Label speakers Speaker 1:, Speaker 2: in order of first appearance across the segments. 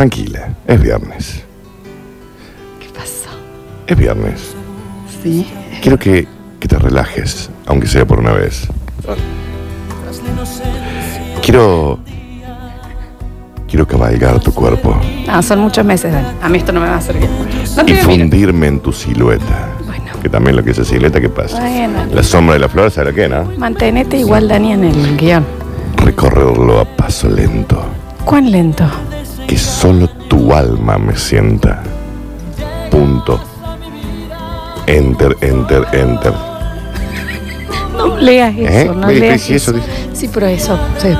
Speaker 1: Tranquila, es viernes.
Speaker 2: ¿Qué pasó?
Speaker 1: Es viernes.
Speaker 2: Sí.
Speaker 1: Quiero que, que te relajes, aunque sea por una vez. Quiero. Quiero cabalgar tu cuerpo
Speaker 2: No, son muchos meses, Dani. A mí esto no me va a hacer bien. No
Speaker 1: y
Speaker 2: te voy a mirar.
Speaker 1: fundirme en tu silueta.
Speaker 2: Bueno.
Speaker 1: Que también lo que es esa silueta, ¿qué pasa?
Speaker 2: Bueno.
Speaker 1: La sombra de la flor, ¿sabes lo que, no?
Speaker 2: Mantenete igual, Dani, en el guión.
Speaker 1: Recorrerlo a paso lento.
Speaker 2: ¿Cuán lento?
Speaker 1: Que solo tu alma me sienta. Punto. Enter, enter, enter.
Speaker 2: No leas
Speaker 1: ¿Eh?
Speaker 2: eso, no
Speaker 1: Ve-
Speaker 2: leas
Speaker 1: decí eso,
Speaker 2: eso. Sí, pero eso. sí.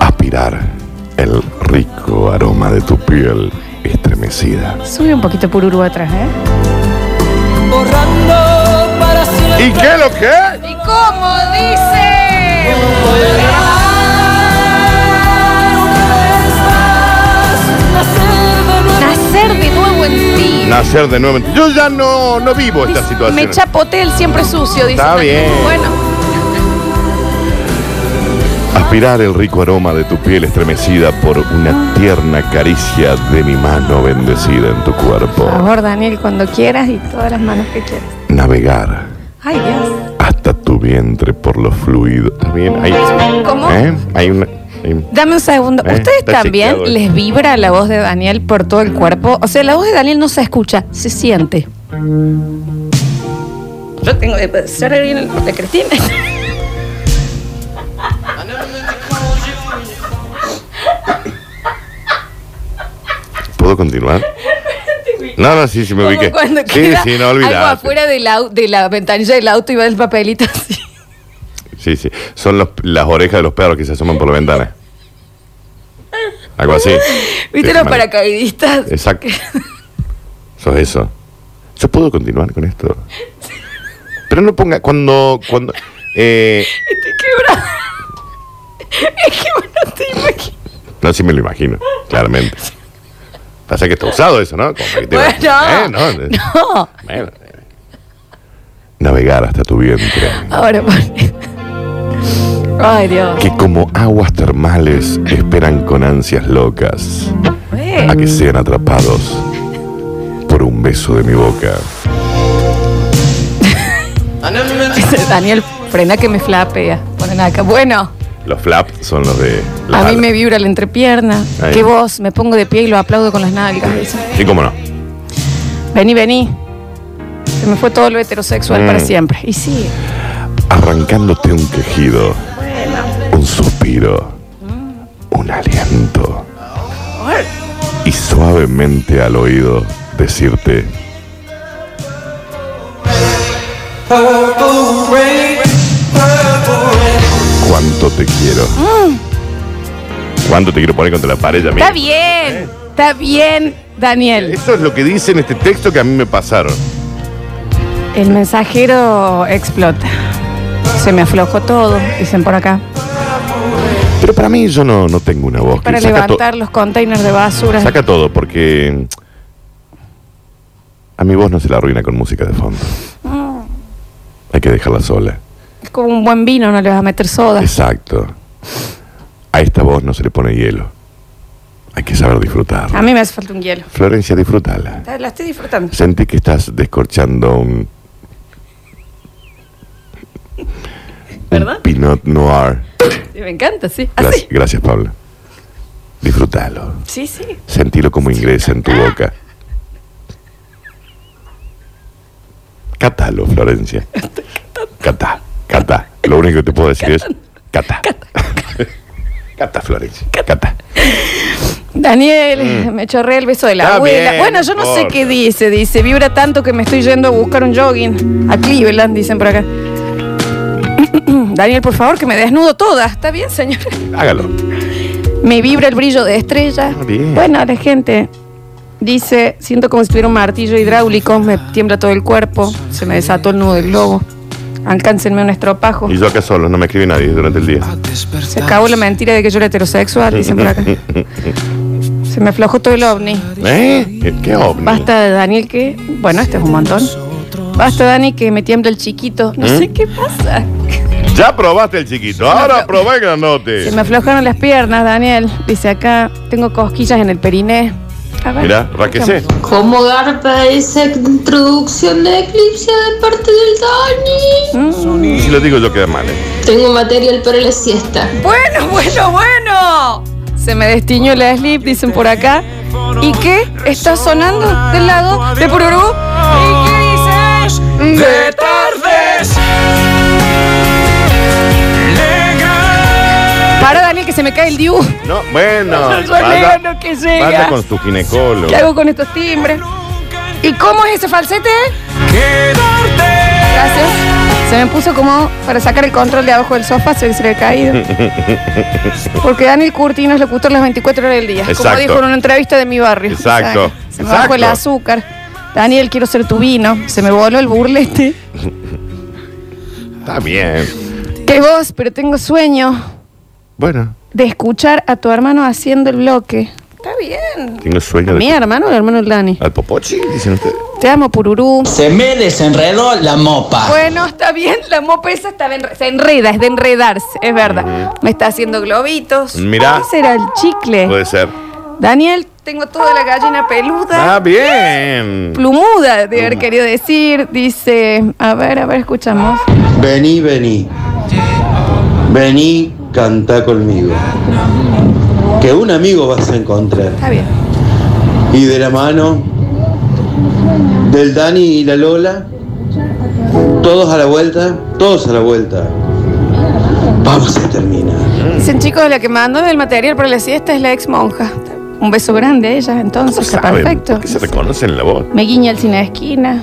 Speaker 1: Aspirar el rico aroma de tu piel estremecida.
Speaker 2: Sube un poquito pururu atrás, ¿eh?
Speaker 3: borrando para siempre.
Speaker 1: ¿Y qué lo que?
Speaker 2: ¿Y cómo dice? Nacer de nuevo en ti.
Speaker 1: Nacer de nuevo. Yo ya no, no vivo esta situación.
Speaker 2: Me chapoté el siempre sucio, dice.
Speaker 1: Está
Speaker 2: Dani.
Speaker 1: bien.
Speaker 2: Bueno,
Speaker 1: Aspirar el rico aroma de tu piel estremecida por una tierna caricia de mi mano bendecida en tu cuerpo.
Speaker 2: por favor, Daniel, cuando quieras y todas las manos que quieras.
Speaker 1: Navegar
Speaker 2: Ay, Dios.
Speaker 1: hasta tu vientre por los fluidos. ¿Está bien? Ahí.
Speaker 2: ¿Cómo?
Speaker 1: ¿Eh? Hay una. hay un-
Speaker 2: Dame un segundo.
Speaker 1: Eh,
Speaker 2: ¿Ustedes
Speaker 1: está
Speaker 2: también
Speaker 1: chequeado, eh.
Speaker 2: les vibra la voz de Daniel por todo el cuerpo? O sea, la voz de Daniel no se escucha, se siente. Yo tengo que ser bien de Cristina.
Speaker 1: ¿Puedo continuar? No, no, sí, sí me ubiqué.
Speaker 2: Como cuando
Speaker 1: Sí,
Speaker 2: queda
Speaker 1: sí, no
Speaker 2: algo
Speaker 1: olvidar.
Speaker 2: afuera del au- de la ventanilla del auto y va el papelito así.
Speaker 1: Sí, sí. Son los- las orejas de los perros que se asoman por la ventana. Algo así.
Speaker 2: ¿Viste
Speaker 1: Sí,
Speaker 2: los
Speaker 1: mal.
Speaker 2: paracaidistas?
Speaker 1: Exacto. Eso es eso. Yo puedo continuar con esto. Pero no ponga. Cuando. cuando eh,
Speaker 2: Estoy quebrada. Es que bueno, te imagino.
Speaker 1: no, sí me lo imagino, claramente. Pasa que está usado eso, ¿no? Como para que te-
Speaker 2: Bueno,
Speaker 1: Eh, no, eh,
Speaker 2: No.
Speaker 1: bueno, eh. Navegar hasta tu vientre.
Speaker 2: Ahora pone. Ay, Dios.
Speaker 1: Que como aguas termales esperan con ansias locas
Speaker 2: Eh,
Speaker 1: a que sean atrapados por un beso de mi boca.
Speaker 2: Daniel, frena que me flapea. Ponen acá. Bueno,
Speaker 1: Los flaps son los de. las
Speaker 2: a mí
Speaker 1: alas.
Speaker 2: me vibra la entrepierna.
Speaker 1: Ahí.
Speaker 2: Qué voz, me pongo de pie y lo aplaudo con las nalgas. dice.
Speaker 1: Sí, cómo no.
Speaker 2: Vení, vení. Se me fue todo lo heterosexual
Speaker 1: Mm.
Speaker 2: para siempre. Y sí,
Speaker 1: arrancándote un quejido, un suspiro, un aliento y suavemente al oído decirte, cuánto te quiero.
Speaker 2: Mm.
Speaker 1: ¿Cuánto te quiero poner contra la pared, amigo?
Speaker 2: está bien. Está bien, Daniel.
Speaker 1: Eso es lo que dice en este texto que a mí me pasaron.
Speaker 2: El mensajero explota. Se me aflojó todo, dicen por acá.
Speaker 1: Pero para mí yo no, no tengo una voz. que
Speaker 2: Para
Speaker 1: saca to-
Speaker 2: levantar los containers de basura.
Speaker 1: Saca todo porque a mi voz no se la arruina con música de fondo.
Speaker 2: Mm.
Speaker 1: Hay que dejarla sola.
Speaker 2: Es como un buen vino, no le vas a meter soda.
Speaker 1: Exacto. A esta voz no se le pone hielo. Hay que saber
Speaker 2: A
Speaker 1: disfrutarla.
Speaker 2: mí me hace falta un hielo.
Speaker 1: Florencia, disfrútala.
Speaker 2: La estoy disfrutando.
Speaker 1: Sentí que estás descorchando un.
Speaker 2: ¿Verdad?
Speaker 1: un Pinot Noir.
Speaker 2: Sí, me encanta, ¿Ah, sí.
Speaker 1: Gracias,
Speaker 2: Así.
Speaker 1: gracias Pablo. Disfrútalo.
Speaker 2: Sí, sí.
Speaker 1: Sentilo como ingresa en tu boca. Catalo, Florencia. Cata, cata. Lo único que te puedo decir es cata. Cata, Florencia. Cata.
Speaker 2: Daniel, me chorré el beso de la
Speaker 1: Mm. Está
Speaker 2: abuela.
Speaker 1: bien,
Speaker 2: bueno, yo no sé
Speaker 1: importa.
Speaker 2: qué dice. Dice, vibra tanto que me estoy yendo a buscar un jogging. A Cleveland, dicen por acá. Daniel, por favor, que me desnudo toda. ¿Está bien, señor?
Speaker 1: Hágalo.
Speaker 2: Me vibra el brillo de estrella.
Speaker 1: Está Ah, bien.
Speaker 2: Bueno, la gente dice, siento como si tuviera un martillo hidráulico, me tiembla todo el cuerpo, se me desató el nudo del globo. Alcáncenme un estropajo.
Speaker 1: Y yo acá solo, no me escribe nadie durante el día.
Speaker 2: Se acabó la mentira de que yo era heterosexual, dicen por acá. Se me aflojó todo el ovni.
Speaker 1: ¿Eh? ¿Qué- ¿Qué ovni?
Speaker 2: Basta, Daniel, que.
Speaker 1: ¿Eh?
Speaker 2: Bueno, este es un montón. Basta, Dani, que me tiembla el chiquito. No sé qué pasa.
Speaker 1: Ya probaste el chiquito, ahora probá el
Speaker 2: Se
Speaker 1: grandote.
Speaker 2: me aflojaron las piernas, Daniel. Dice acá, tengo cosquillas en el periné. A ver,
Speaker 1: Mirá, raquecé.
Speaker 4: ¿Cómo garpa esa introducción de Eclipse de parte del Dani?
Speaker 2: ¿Mm?
Speaker 1: Y si lo digo yo queda mal. eh.
Speaker 4: Tengo material para la siesta.
Speaker 2: Bueno, bueno, bueno. Se me destiñó la slip, dicen por acá. ¿Y qué? Está sonando del lado de Pururú. ¿Y qué dice?
Speaker 5: de tardes. Legal.
Speaker 2: Para, Daniel, que se me cae el diu.
Speaker 1: No, bueno.
Speaker 2: Son
Speaker 1: vaya-
Speaker 2: negros que llega.
Speaker 1: vaya con su ginecólogo.
Speaker 2: ¿Qué hago con estos timbres? ¿Y cómo es ese falsete?
Speaker 5: Quedarte.
Speaker 2: Gracias. Se me puso como para sacar el control de abajo del sofá, se se le ha caído. Porque Daniel Curtino es locutor las 24 horas del día. Como
Speaker 1: Exacto.
Speaker 2: dijo en una entrevista de mi barrio.
Speaker 1: Exacto.
Speaker 2: O sea, Se me bajó
Speaker 1: Exacto.
Speaker 2: el azúcar. Daniel, quiero ser tu vino. Se me voló el burlete.
Speaker 1: Está bien.
Speaker 2: Que vos, pero tengo sueño
Speaker 1: Bueno,
Speaker 2: de escuchar a tu hermano haciendo el bloque. Está bien.
Speaker 1: tengo
Speaker 2: ¿A
Speaker 1: sueño
Speaker 2: mi
Speaker 1: de.
Speaker 2: hermano o al hermano del Dani?
Speaker 1: Al popochi, dicen ustedes.
Speaker 2: Te amo, Pururú.
Speaker 6: Se me desenredó la
Speaker 1: Ah.
Speaker 6: mopa.
Speaker 2: Bueno, está bien, la mopa esa está de enre- se enreda, es de enredarse, es verdad. Me está haciendo globitos.
Speaker 1: Mirá. Pues.
Speaker 2: Ese era el chicle.
Speaker 1: Puede ser.
Speaker 2: Daniel, tengo toda la gallina peluda.
Speaker 1: Está bien.
Speaker 2: Plumuda, de haber querido decir. Dice, a ver, a ver, escuchamos.
Speaker 7: Vení, vení. Vení, cantá conmigo. Que un amigo vas a encontrar.
Speaker 2: Está bien.
Speaker 7: Y de la mano del Dani y la Lola, todos a la vuelta, todos a la vuelta. Vamos a terminar.
Speaker 2: Dicen, chicos, la que mandó el material para la siesta es la ex monja. Un beso grande a ella, entonces, está
Speaker 1: Saben,
Speaker 2: perfecto.
Speaker 1: ¿por qué se reconocen la voz.
Speaker 2: Me guiña el cine de esquina.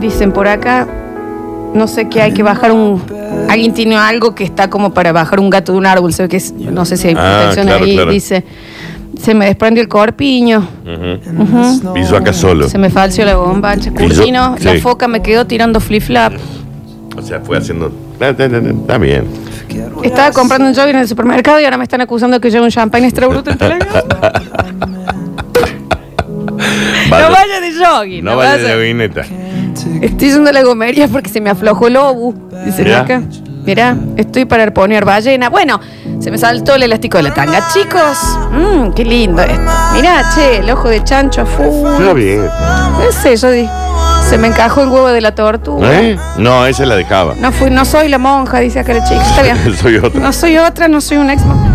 Speaker 2: Dicen por acá, no sé qué hay que bajar un. Alguien tiene algo que está como para bajar un gato de un árbol, sé que es- no sé si hay
Speaker 1: Ah,
Speaker 2: protección
Speaker 1: claro,
Speaker 2: ahí.
Speaker 1: claro.
Speaker 2: Dice, se me desprendió el corpiño,
Speaker 1: Ujú. Y yo acá solo.
Speaker 2: se me falció la bomba, chacurtino,
Speaker 1: Y yo-
Speaker 2: la
Speaker 1: sí.
Speaker 2: foca me quedó tirando flip flap.
Speaker 1: O sea, fue haciendo. Ah, Está bien.
Speaker 2: Estaba comprando un jogging en el supermercado y ahora me están acusando que llevo un champagne extra bruto en la No vaya de jogging.
Speaker 1: No vaya
Speaker 2: vaya-
Speaker 1: de vineta.
Speaker 2: Estoy yendo a la gomería porque se me aflojó el obu. Dice
Speaker 1: Mirá.
Speaker 2: acá. Mirá, estoy para arponear ballena. Bueno, se me saltó el elástico de la tanga. Chicos, mmm, qué lindo esto. Mirá, che, el ojo de chancho a full.
Speaker 1: Está bien.
Speaker 2: No sé, yo di- Se me encajó el huevo de la tortuga.
Speaker 1: ¿Eh? No, esa la dejaba.
Speaker 2: No fui, no soy la monja, dice acá la chica. Está bien.
Speaker 1: Soy otra.
Speaker 2: No soy otra, no soy un ex monja.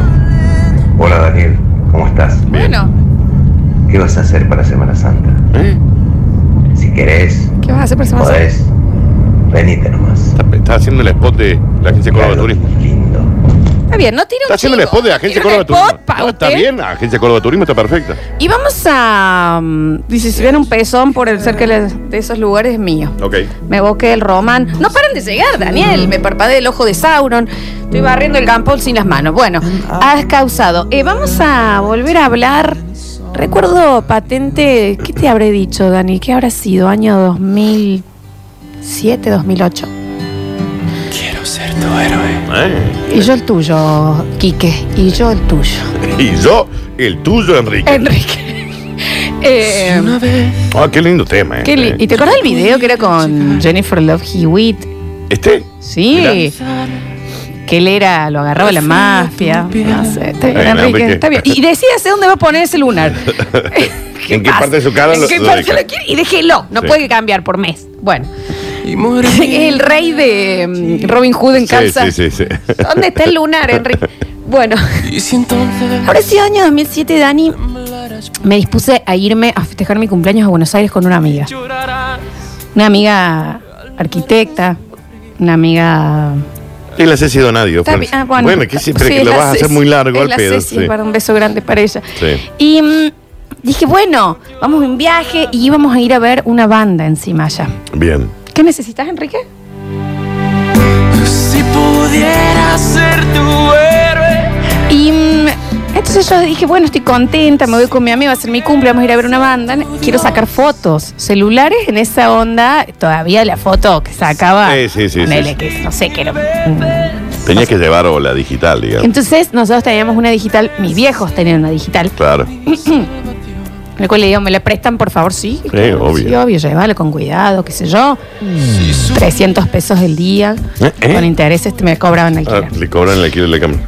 Speaker 8: Hola Daniel, ¿cómo estás?
Speaker 2: Bueno,
Speaker 8: ¿Qué vas a hacer para Semana Santa?
Speaker 1: ¿Eh?
Speaker 8: Si querés,
Speaker 2: ¿qué vas a hacer para Semana Santa?
Speaker 8: podés, venite nomás.
Speaker 1: Está, está haciendo el spot de la agencia Córdoba
Speaker 8: Algo
Speaker 1: Turismo.
Speaker 8: Lindo.
Speaker 2: Está bien, no tiene un
Speaker 1: Está haciendo el
Speaker 2: chivo.
Speaker 1: spot de Agencia
Speaker 2: Tira un
Speaker 1: Córdoba Turismo.
Speaker 2: spot,
Speaker 1: No, Ah, está
Speaker 2: paute.
Speaker 1: bien, la Agencia Córdoba Turismo está perfecta.
Speaker 2: Y vamos a. mm, Dice, si ven un pezón por el cerca de de esos lugares, es mío.
Speaker 1: Ok.
Speaker 2: Me evoqué el román. No paran de llegar, Daniel. Me parpadeé el ojo de Sauron. Estoy barriendo el campo sin las manos. Bueno, has causado. Eh, vamos a volver a hablar. Recuerdo patente. ¿Qué te habré dicho, Dani? ¿Qué habrá sido? Año 2007, 2008.
Speaker 5: Quiero ser tu héroe.
Speaker 1: ¿Eh?
Speaker 2: Y yo el tuyo, Quique. Y yo el tuyo,
Speaker 1: Y yo, el tuyo, Enrique.
Speaker 2: Enrique. Eh,
Speaker 5: Una vez.
Speaker 1: Ah, qué lindo tema. ¿eh?
Speaker 2: qué li- ¿Y te acuerdas del video que era con Jennifer Love Hewitt?
Speaker 1: Este.
Speaker 2: Sí. Que él era, lo agarraba la mafia. No sé, está bien,
Speaker 1: Bueno,
Speaker 2: Enrique,
Speaker 1: Enrique.
Speaker 2: está bien. Y decide hacia dónde va a poner ese lunar.
Speaker 1: ¿En qué
Speaker 2: pasa?
Speaker 1: parte de su cara
Speaker 2: ¿En
Speaker 1: lo-
Speaker 2: qué
Speaker 1: lo
Speaker 2: parte
Speaker 1: deja?
Speaker 2: lo quiere? Y déjelo, no
Speaker 1: Sí.
Speaker 2: puede cambiar por mes. Bueno,
Speaker 5: Y morir.
Speaker 2: es el rey de mm, Robin Hood en
Speaker 1: Sí,
Speaker 2: Kansas.
Speaker 1: sí, sí, sí.
Speaker 2: ¿Dónde está el lunar, Enrique? Bueno,
Speaker 5: Y si entonces.
Speaker 2: ahora sí, año 2007, Dani, me dispuse a irme a festejar mi cumpleaños a Buenos Aires con una amiga. Una amiga arquitecta, una amiga
Speaker 1: Es la Ceci Donadio.
Speaker 2: Está
Speaker 1: Florencia.
Speaker 2: bien, ah,
Speaker 1: bueno. que siempre
Speaker 2: Sí,
Speaker 1: que lo
Speaker 2: es la
Speaker 1: vas a hacer
Speaker 2: Ceci.
Speaker 1: muy largo
Speaker 2: Es
Speaker 1: al
Speaker 2: la
Speaker 1: pedo.
Speaker 2: Ceci,
Speaker 1: sí.
Speaker 2: para un beso grande para ella.
Speaker 1: Sí.
Speaker 2: Y mm, dije, bueno, vamos a un viaje y íbamos a ir a ver una banda encima allá.
Speaker 1: Bien.
Speaker 2: ¿Qué necesitas, Enrique?
Speaker 5: Si pudiera ser tu héroe.
Speaker 2: Y mm, entonces yo dije, bueno, estoy contenta, me voy con mi amigo a hacer mi cumple, vamos a ir a ver una banda. Quiero sacar fotos. Celulares en esa onda, todavía la foto que sacaba.
Speaker 1: Sí, sí, sí,
Speaker 2: ponele
Speaker 1: sí, sí.
Speaker 2: que no sé qué era. mm,
Speaker 1: Tenías que llevar o la digital, digamos.
Speaker 2: Entonces nosotros teníamos una digital, mis viejos tenían una digital.
Speaker 1: Claro.
Speaker 2: Al cual le digo, ¿me la prestan, por favor? Sí, claro,
Speaker 1: obvio. Mm.
Speaker 2: Sí, obvio, llévalo con cuidado, qué sé yo. 300 pesos el día.
Speaker 1: Eh, eh.
Speaker 2: Con intereses te me cobraban alquiler.
Speaker 1: Ah, le cobran el alquiler de la cámara.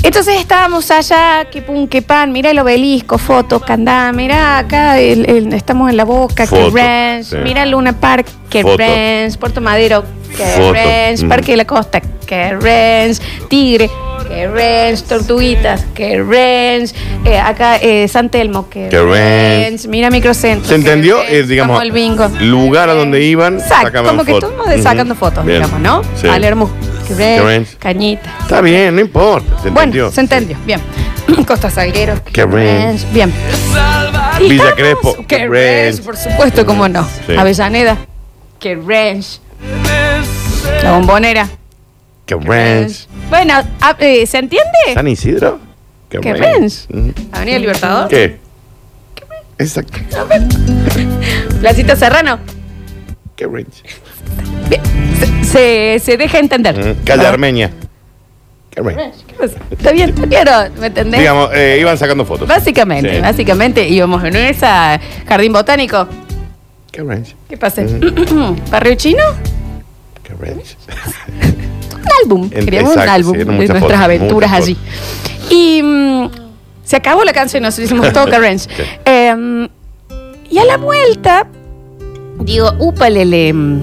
Speaker 2: Entonces estábamos allá, que pum, que pan, mirá el obelisco, fotos, candá, mirá acá, el- el- estamos en la boca,
Speaker 1: Foto,
Speaker 2: que ranch,
Speaker 1: sí.
Speaker 2: mirá Luna Park, que
Speaker 1: Foto.
Speaker 2: ranch, Puerto Madero, que
Speaker 1: Foto,
Speaker 2: ranch,
Speaker 1: mm.
Speaker 2: Parque de la Costa, que ranch, Tigre, que ranch, Tortuguitas, que ranch, eh, acá eh, San Telmo, que,
Speaker 1: Que ranch.
Speaker 2: ranch, mira Microcentro.
Speaker 1: ¿Se
Speaker 2: que
Speaker 1: entendió?
Speaker 2: ranch,
Speaker 1: Eh, digamos,
Speaker 2: como el bingo.
Speaker 1: lugar a donde iban,
Speaker 2: Exacto,
Speaker 1: sacaban
Speaker 2: como que
Speaker 1: fotos.
Speaker 2: estamos de- sacando
Speaker 1: Ujú.
Speaker 2: fotos,
Speaker 1: Bien.
Speaker 2: digamos, ¿no?
Speaker 1: Sí.
Speaker 2: Palermo, que
Speaker 1: Que
Speaker 2: ranch,
Speaker 1: ranch.
Speaker 2: Cañita.
Speaker 1: Está bien, no importa. ¿Se entendió?
Speaker 2: Bueno, se entendió. Bien. Costa Salguero.
Speaker 1: Qué ranch.
Speaker 2: Bien. Y
Speaker 1: Villa
Speaker 2: estamos-
Speaker 1: Crespo,
Speaker 2: Qué
Speaker 1: qué
Speaker 2: ranch,
Speaker 1: ranch.
Speaker 2: por supuesto, cómo no.
Speaker 1: Sí.
Speaker 2: Avellaneda. Qué ranch. La bombonera.
Speaker 1: Que ranch.
Speaker 2: Bueno, a- eh, ¿se entiende?
Speaker 1: ¿San Isidro? Que
Speaker 2: Que
Speaker 1: Ujú.
Speaker 2: Avenida Libertador.
Speaker 1: ¿Qué? Exacto.
Speaker 2: Placita Serrano.
Speaker 1: Que ranch.
Speaker 2: Bien. Se, se- se deja entender.
Speaker 1: Ujú. Mm, Calle Armenia. Que ranch.
Speaker 2: ¿Qué pasa? Está bien, está claro. ¿Me entendés?
Speaker 1: Digamos, eh, iban sacando fotos.
Speaker 2: Básicamente,
Speaker 1: Sí.
Speaker 2: básicamente íbamos en esa jardín botánico.
Speaker 1: Que ranch.
Speaker 2: ¿Qué pasa?
Speaker 1: Mm.
Speaker 2: ¿Barrio chino?
Speaker 1: Que ranch.
Speaker 2: un álbum.
Speaker 1: En-
Speaker 2: Queríamos un
Speaker 1: exacto,
Speaker 2: álbum
Speaker 1: sí, eran
Speaker 2: de
Speaker 1: muchas
Speaker 2: nuestras
Speaker 1: fotos,
Speaker 2: aventuras
Speaker 1: muchas
Speaker 2: allí. Y mm, se acabó la canción, nosotros hicimos todo Ranch.
Speaker 1: Sí.
Speaker 2: Em, y a la vuelta, digo, upa, le, le, mm,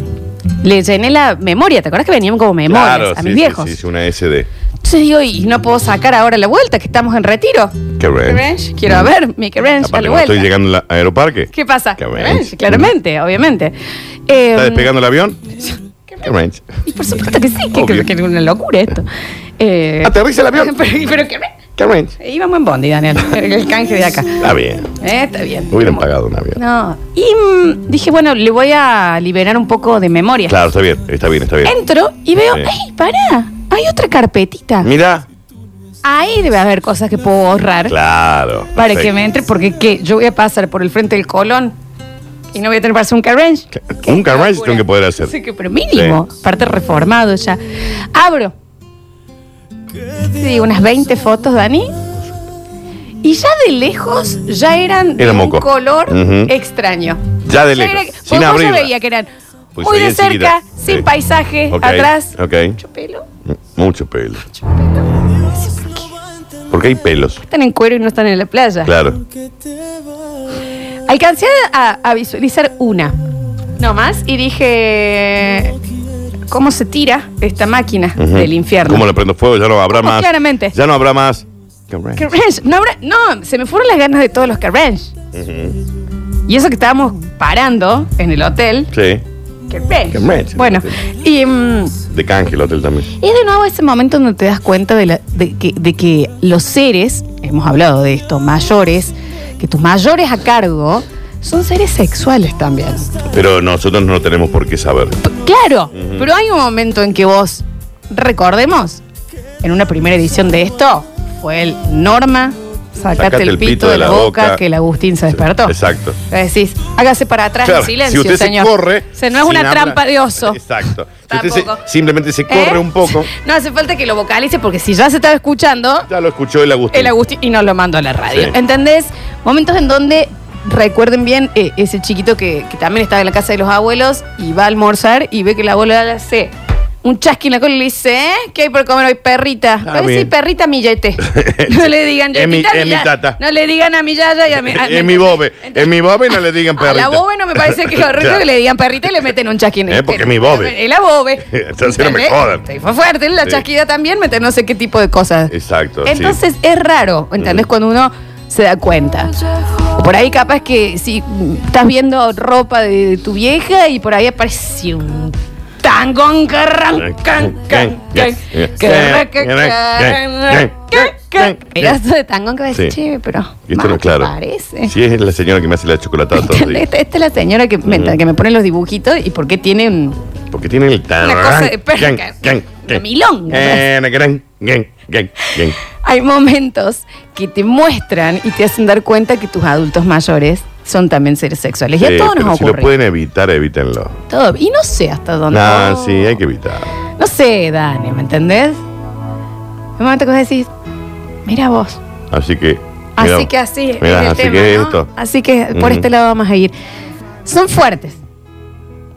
Speaker 2: le llené la memoria. ¿Te acuerdas que venían como memorias a
Speaker 1: sí,
Speaker 2: mis
Speaker 1: sí,
Speaker 2: viejos?
Speaker 1: Sí, sí, una SD.
Speaker 2: Entonces digo, y no puedo sacar ahora la vuelta, que estamos en retiro.
Speaker 1: Que
Speaker 2: ¿Qué
Speaker 1: ranch.
Speaker 2: Ranch? Quiero ver mi que Ranch a
Speaker 1: Eh, mm. Aparte,
Speaker 2: la
Speaker 1: cuando
Speaker 2: vuelta.
Speaker 1: estoy llegando al aeroparque.
Speaker 2: ¿Qué pasa?
Speaker 1: Que
Speaker 2: Que
Speaker 1: Ranch.
Speaker 2: Ranch, claramente, obviamente.
Speaker 1: ¿Está
Speaker 2: Em,
Speaker 1: despegando el avión? Que ranch.
Speaker 2: Y por supuesto que sí, que,
Speaker 1: Obvio.
Speaker 2: que, que es una locura esto. Eh,
Speaker 1: Aterriza el avión.
Speaker 2: pero, pero que
Speaker 1: Que ranch.
Speaker 2: me- íbamos en Bondi, Daniel. Era el canje de acá.
Speaker 1: Está bien.
Speaker 2: Eh, está bien.
Speaker 1: Hubieran
Speaker 2: Como-
Speaker 1: pagado un avión.
Speaker 2: No. Y mm, dije, bueno, le voy a liberar un poco de memoria.
Speaker 1: Claro, está bien, está bien, está bien.
Speaker 2: Entro y veo,
Speaker 1: Sí.
Speaker 2: ¡ey, pará! Hay otra carpetita.
Speaker 1: Mira,
Speaker 2: Ahí debe haber cosas que puedo ahorrar
Speaker 1: claro.
Speaker 2: para que
Speaker 1: perfecto.
Speaker 2: me entre, porque ¿qué? Yo voy a pasar por el frente del colón y no voy a tener para hacer un carrange.
Speaker 1: Un carnage tengo que poder hacer.
Speaker 2: Así que, pero mínimo, parte reformado ya. Abro. Te digo, unas 20 fotos, Dani. Y ya de lejos ya eran de
Speaker 1: Era
Speaker 2: un
Speaker 1: moco.
Speaker 2: color
Speaker 1: Ujú.
Speaker 2: extraño.
Speaker 1: Ya de
Speaker 2: Ya era-
Speaker 1: lejos.
Speaker 2: vos-
Speaker 1: sin
Speaker 2: vos ya
Speaker 1: abrir.
Speaker 2: veía que eran
Speaker 1: Pues
Speaker 2: muy
Speaker 1: ahí
Speaker 2: de
Speaker 1: enseguida.
Speaker 2: cerca,
Speaker 1: Sí.
Speaker 2: sin paisaje,
Speaker 1: Ok,
Speaker 2: atrás.
Speaker 1: ok.
Speaker 2: Mucho pelo.
Speaker 1: M- Mucho pelo. Porque hay pelos.
Speaker 2: Están en cuero y no están en la playa.
Speaker 1: Claro.
Speaker 2: Alcancé a, a visualizar una, no más, y dije, ¿cómo se tira esta máquina
Speaker 1: Ujú.
Speaker 2: del infierno?
Speaker 1: ¿Cómo le prendo fuego? Ya no habrá
Speaker 2: ¿Cómo?
Speaker 1: más.
Speaker 2: Claramente.
Speaker 1: Ya no habrá más. Carnage.
Speaker 2: Que ranch, No, habrá- no, se me fueron las ganas de todos los que ranch.
Speaker 1: Ujú.
Speaker 2: Y eso que estábamos parando en el hotel.
Speaker 1: Sí.
Speaker 2: Que ranch.
Speaker 1: Que ranch.
Speaker 2: Bueno, y mm,
Speaker 1: De canje el hotel también.
Speaker 2: es de nuevo ese momento donde te das cuenta de, la- de que, de que los seres, hemos hablado de esto, mayores, que tus mayores a cargo son seres sexuales también.
Speaker 1: Pero nosotros no tenemos por qué saber.
Speaker 2: Claro, pero hay un momento en que vos, recordemos, en una primera edición de esto, fue el Norma, sacate, el, pito, de la boca, que el Agustín se despertó.
Speaker 1: Exacto.
Speaker 2: Le decís, hágase para atrás
Speaker 1: Claro,
Speaker 2: en silencio,
Speaker 1: si usted
Speaker 2: señor.
Speaker 1: se corre.
Speaker 2: Se no es
Speaker 1: sin
Speaker 2: una
Speaker 1: hablar-
Speaker 2: trampa de oso.
Speaker 1: Exacto. Si usted
Speaker 2: Tampoco.
Speaker 1: se- simplemente se corre
Speaker 2: ¿Eh?
Speaker 1: un poco.
Speaker 2: No hace falta que lo vocalice porque si ya se estaba escuchando,
Speaker 1: Ya lo escuchó el Agustín.
Speaker 2: el Agustín y nos lo mando a la radio.
Speaker 1: Sí.
Speaker 2: ¿Entendés? Momentos en donde recuerden bien eh, ese chiquito que, que también estaba en la casa de los abuelos y va a almorzar y ve que la abuela le hace un chasqui en la cola y le dice, ¿eh? ¿Qué hay por comer hoy, perrita?
Speaker 1: Ah,
Speaker 2: Voy a decir
Speaker 1: bien.
Speaker 2: perrita millete. no le digan
Speaker 1: Es mi-
Speaker 2: yetita,
Speaker 1: es mi
Speaker 2: ya-
Speaker 1: tata.
Speaker 2: No le digan a mi yaya y a mi... a- ¿me
Speaker 1: en mi
Speaker 2: entendés?
Speaker 1: bobe. En mi bobe no le digan
Speaker 2: A
Speaker 1: perrita.
Speaker 2: la bobe no me parece que lo rico
Speaker 1: Claro.
Speaker 2: que le digan perrita y le meten un chasquín.
Speaker 1: Eh, porque es mi bobe.
Speaker 2: Es la bobe.
Speaker 1: Entonces no me
Speaker 2: ¿Entendés?
Speaker 1: jodan.
Speaker 2: Sí, Fue fuerte, la
Speaker 1: Sí.
Speaker 2: chasquida también, meten no sé qué tipo de cosas.
Speaker 1: Exacto. sí.
Speaker 2: Entonces es raro, ¿entendés? Cuando uno se da cuenta. O por ahí capaz que si mm, estás viendo ropa de, de tu vieja y por ahí aparece un tangón que arranca, can, can, can, que arranca, que arranca, can. Pedazo de tangón que va a decir,
Speaker 1: Sí.
Speaker 2: che, pero
Speaker 1: Y Esto no,
Speaker 2: más
Speaker 1: claro.
Speaker 2: parece.
Speaker 1: Si es la señora que me hace la chocolatada todo el
Speaker 2: ¿Entendés?
Speaker 1: día.
Speaker 2: Esta, esta es la señora que me, que me pone los dibujitos y por qué tiene un-
Speaker 1: Porque tiene el tan.
Speaker 2: una cosa de perca, una milonga. pues. Hay momentos que te muestran y te hacen dar cuenta que tus adultos mayores son también seres sexuales. y a todos nos
Speaker 1: Si lo
Speaker 2: ocurre.
Speaker 1: pueden evitar, evítenlo.
Speaker 2: Todo. Y no sé hasta dónde.
Speaker 1: No,
Speaker 2: Oh.
Speaker 1: sí, hay que evitar.
Speaker 2: No sé, Dani, ¿me entendés? Hay momentos que vos decís, mira vos,
Speaker 1: Así que Mirá
Speaker 2: Así
Speaker 1: vos.
Speaker 2: que así es
Speaker 1: Mirá,
Speaker 2: el
Speaker 1: así
Speaker 2: tema,
Speaker 1: que
Speaker 2: ¿no?
Speaker 1: esto.
Speaker 2: Así que por
Speaker 1: Ujú.
Speaker 2: este lado vamos a ir. Son fuertes.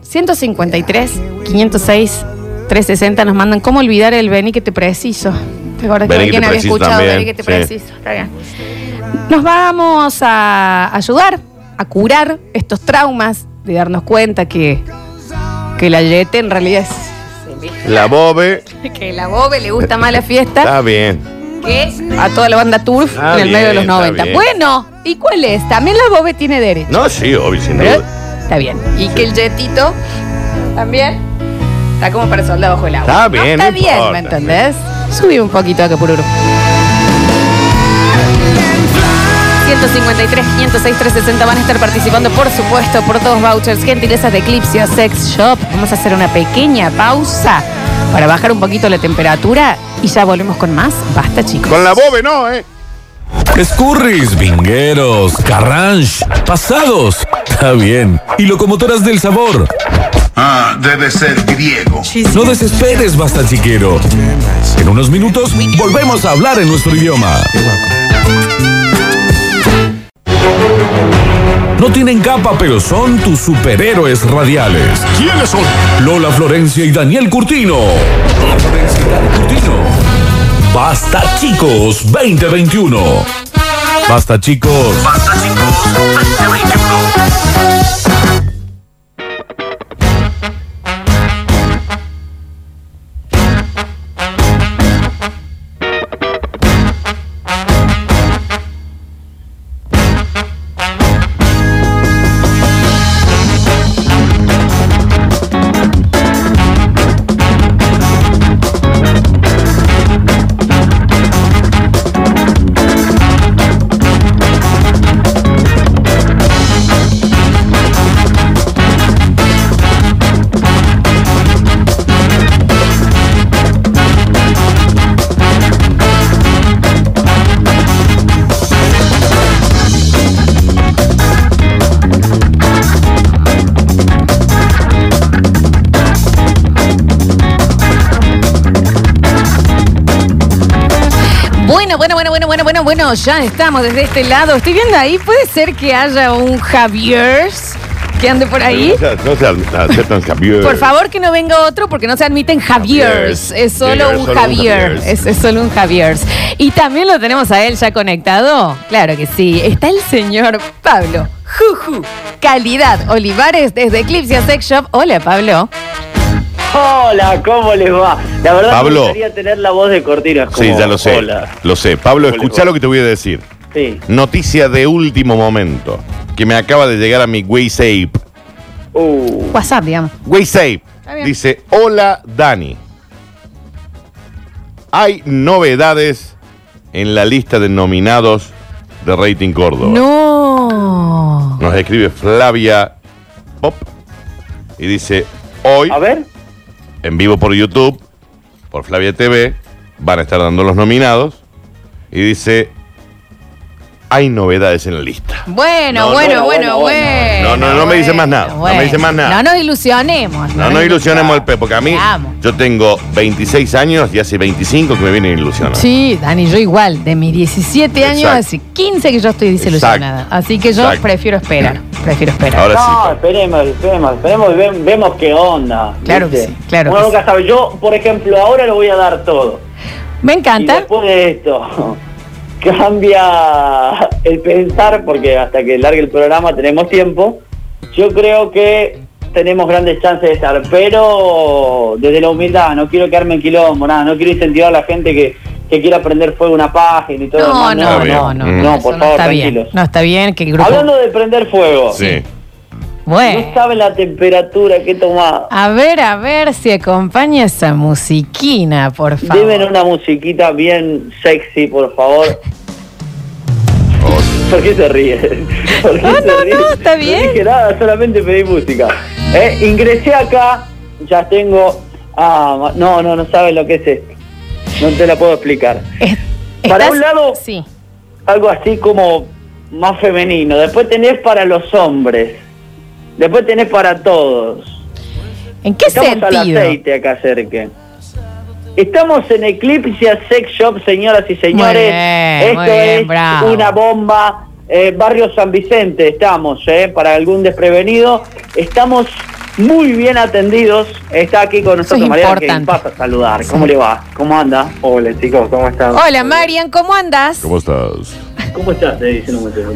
Speaker 2: 153, 506, 360 nos mandan cómo olvidar el Beni que te preciso. ¿Te acuerdas que
Speaker 1: Vení que
Speaker 2: alguien
Speaker 1: te
Speaker 2: había
Speaker 1: preciso
Speaker 2: escuchado
Speaker 1: también,
Speaker 2: Beni que te
Speaker 1: sí.
Speaker 2: preciso? Está bien. Nos vamos a ayudar a curar estos traumas de darnos cuenta que, que la yete en realidad
Speaker 1: La bobe.
Speaker 2: es que la bobe le gusta más la fiesta
Speaker 1: Está bien.
Speaker 2: que a toda la banda Turf
Speaker 1: Está
Speaker 2: en el medio de los
Speaker 1: bien, está
Speaker 2: 90.
Speaker 1: bien.
Speaker 2: Bueno, ¿y cuál es? También la Bobe tiene derecho.
Speaker 1: No, sí, obvio, sin
Speaker 2: Pero
Speaker 1: duda.
Speaker 2: está bien. Y que el Jetito también está como para soldado bajo el agua.
Speaker 1: Está
Speaker 2: No,
Speaker 1: bien,
Speaker 2: está
Speaker 1: no
Speaker 2: bien,
Speaker 1: importa,
Speaker 2: ¿me entendés? Subí un poquito acá por 153, 506, 360 van a estar participando, por supuesto, por dos vouchers, gentilezas de Eclipse Sex Shop. Vamos a hacer una pequeña pausa para bajar un poquito la temperatura y ya volvemos con más. Basta, chicos.
Speaker 1: Con la bobe no, ¿eh?
Speaker 9: Escurris, vingueros, carranche, pasados. Está bien. Y locomotoras del sabor.
Speaker 10: Ah, debe ser griego.
Speaker 9: No desesperes, basta chiquero. En unos minutos volvemos a hablar en nuestro idioma. No tienen capa, pero son tus superhéroes radiales.
Speaker 10: ¿Quiénes son?
Speaker 9: Lola Florencia y Daniel Curtino. Lola Florencia y Daniel Curtino. Basta chicos 2021. Basta chicos.
Speaker 2: Bueno, bueno, bueno, bueno, bueno, bueno, bueno, ya estamos desde este lado. Estoy viendo ahí, puede ser que haya un Javier que ande por ahí.
Speaker 1: No se, no se adm- aceptan Javier.
Speaker 2: Por favor que no venga otro porque no se admiten Javiers.
Speaker 1: Javiers.
Speaker 2: Es solo
Speaker 1: Javier,
Speaker 2: un
Speaker 1: solo un
Speaker 2: Javier.
Speaker 1: Javiers.
Speaker 2: Es, es solo un Javiers. Y también lo tenemos a él ya conectado. Claro que sí. Está el señor Pablo. Juju. Calidad Olivares desde Eclipse Sex Shop. Hola Pablo.
Speaker 11: Hola, ¿cómo les va? La verdad
Speaker 1: Pablo.
Speaker 11: me gustaría tener la voz de Cortina. es
Speaker 1: Sí,
Speaker 11: como,
Speaker 1: ya lo sé.
Speaker 11: Hola.
Speaker 1: Lo sé. Pablo,
Speaker 11: Hola.
Speaker 1: escucha lo que te voy a decir.
Speaker 11: Sí.
Speaker 1: Noticia de último momento que me acaba de llegar a mi WhatsApp.
Speaker 11: Uh,
Speaker 2: WhatsApp, digamos.
Speaker 1: WhatsApp
Speaker 2: Está bien.
Speaker 1: dice, hola Dani. Hay novedades en la lista de nominados de Rating Córdoba.
Speaker 2: No.
Speaker 1: Nos escribe Flavia Pop y dice, hoy
Speaker 11: a ver.
Speaker 1: en vivo por YouTube, por Flavia TV, van a estar dando los nominados. Y dice, hay novedades en la lista.
Speaker 2: Bueno,
Speaker 1: No,
Speaker 2: bueno,
Speaker 11: no,
Speaker 2: bueno,
Speaker 11: bueno,
Speaker 2: bueno.
Speaker 1: No, no, no me dice más nada, no me dice más nada.
Speaker 2: No nos ilusionemos.
Speaker 1: No nos ilusionemos el pe, porque a mí
Speaker 2: Vamos.
Speaker 1: yo tengo 26 años y hace 25 que me vienen ilusionando.
Speaker 2: Sí, Dani, yo igual. De mis 17 años,
Speaker 1: Exacto.
Speaker 2: hace 15 que yo estoy desilusionada.
Speaker 1: Exacto.
Speaker 2: Así que yo
Speaker 1: Exacto.
Speaker 2: prefiero esperar. Prefiero esperar.
Speaker 1: Ahora
Speaker 11: No,
Speaker 1: pues sí.
Speaker 11: esperemos, esperemos, esperemos, y ve- vemos qué onda.
Speaker 2: Claro
Speaker 11: ¿viste?
Speaker 2: que sí, claro
Speaker 11: Uno
Speaker 2: que
Speaker 11: nunca sabe. Yo, por ejemplo, ahora lo voy a dar todo.
Speaker 2: Me
Speaker 11: Y
Speaker 2: encanta.
Speaker 11: después de esto, cambia el pensar, porque hasta que largue el programa tenemos tiempo. Yo creo que tenemos grandes chances de estar, pero desde la humildad, no quiero quedarme en quilombo, nada, no quiero incentivar a la gente que, que quiera prender fuego una página y todo. lo
Speaker 2: No, no,
Speaker 11: demás,
Speaker 1: Está bien.
Speaker 2: no, no.
Speaker 1: Mm.
Speaker 11: No,
Speaker 2: eso
Speaker 11: por favor,
Speaker 2: está
Speaker 11: tranquilos.
Speaker 2: bien. No está bien que el grupo.
Speaker 11: Hablando de prender fuego,
Speaker 1: Sí.
Speaker 2: Bueno.
Speaker 11: no saben la temperatura que he tomado.
Speaker 2: A ver, a ver si acompaña esa musiquina, por favor.
Speaker 11: Deben una musiquita bien sexy, por favor.
Speaker 1: Oh,
Speaker 11: ¿Por qué se ríe? ¿Por qué
Speaker 2: No,
Speaker 11: se
Speaker 2: no,
Speaker 11: ríe?
Speaker 2: no, está bien.
Speaker 11: No dije nada, solamente pedí música. Eh, ingresé acá, ya tengo... Ah, ma- no, no, no sabes lo que es esto. No te la puedo explicar.
Speaker 2: Es-
Speaker 11: Para
Speaker 2: estás-
Speaker 11: un lado-
Speaker 2: Sí.
Speaker 11: Algo así como más femenino. Después tenés para los hombres. Después tenés para todos.
Speaker 2: ¿En qué
Speaker 11: Estamos al
Speaker 2: sentido?
Speaker 11: aceite acá cerca. Estamos en Eclipse Sex Shop, señoras y señores.
Speaker 2: bien,
Speaker 11: Esto
Speaker 2: muy bien,
Speaker 11: es
Speaker 2: bravo.
Speaker 11: una bomba. Eh, Barrio San Vicente, estamos, eh, para algún desprevenido. Estamos muy bien atendidos. Está aquí con
Speaker 2: Eso
Speaker 11: nosotros
Speaker 2: es
Speaker 11: Mariana, que
Speaker 2: importante.
Speaker 11: pasa a saludar. ¿Cómo le va? ¿Cómo anda? Hola, chicos, ¿cómo están?
Speaker 2: Hola, Marian, ¿cómo andas?
Speaker 1: ¿Cómo estás?
Speaker 11: ¿Cómo estás?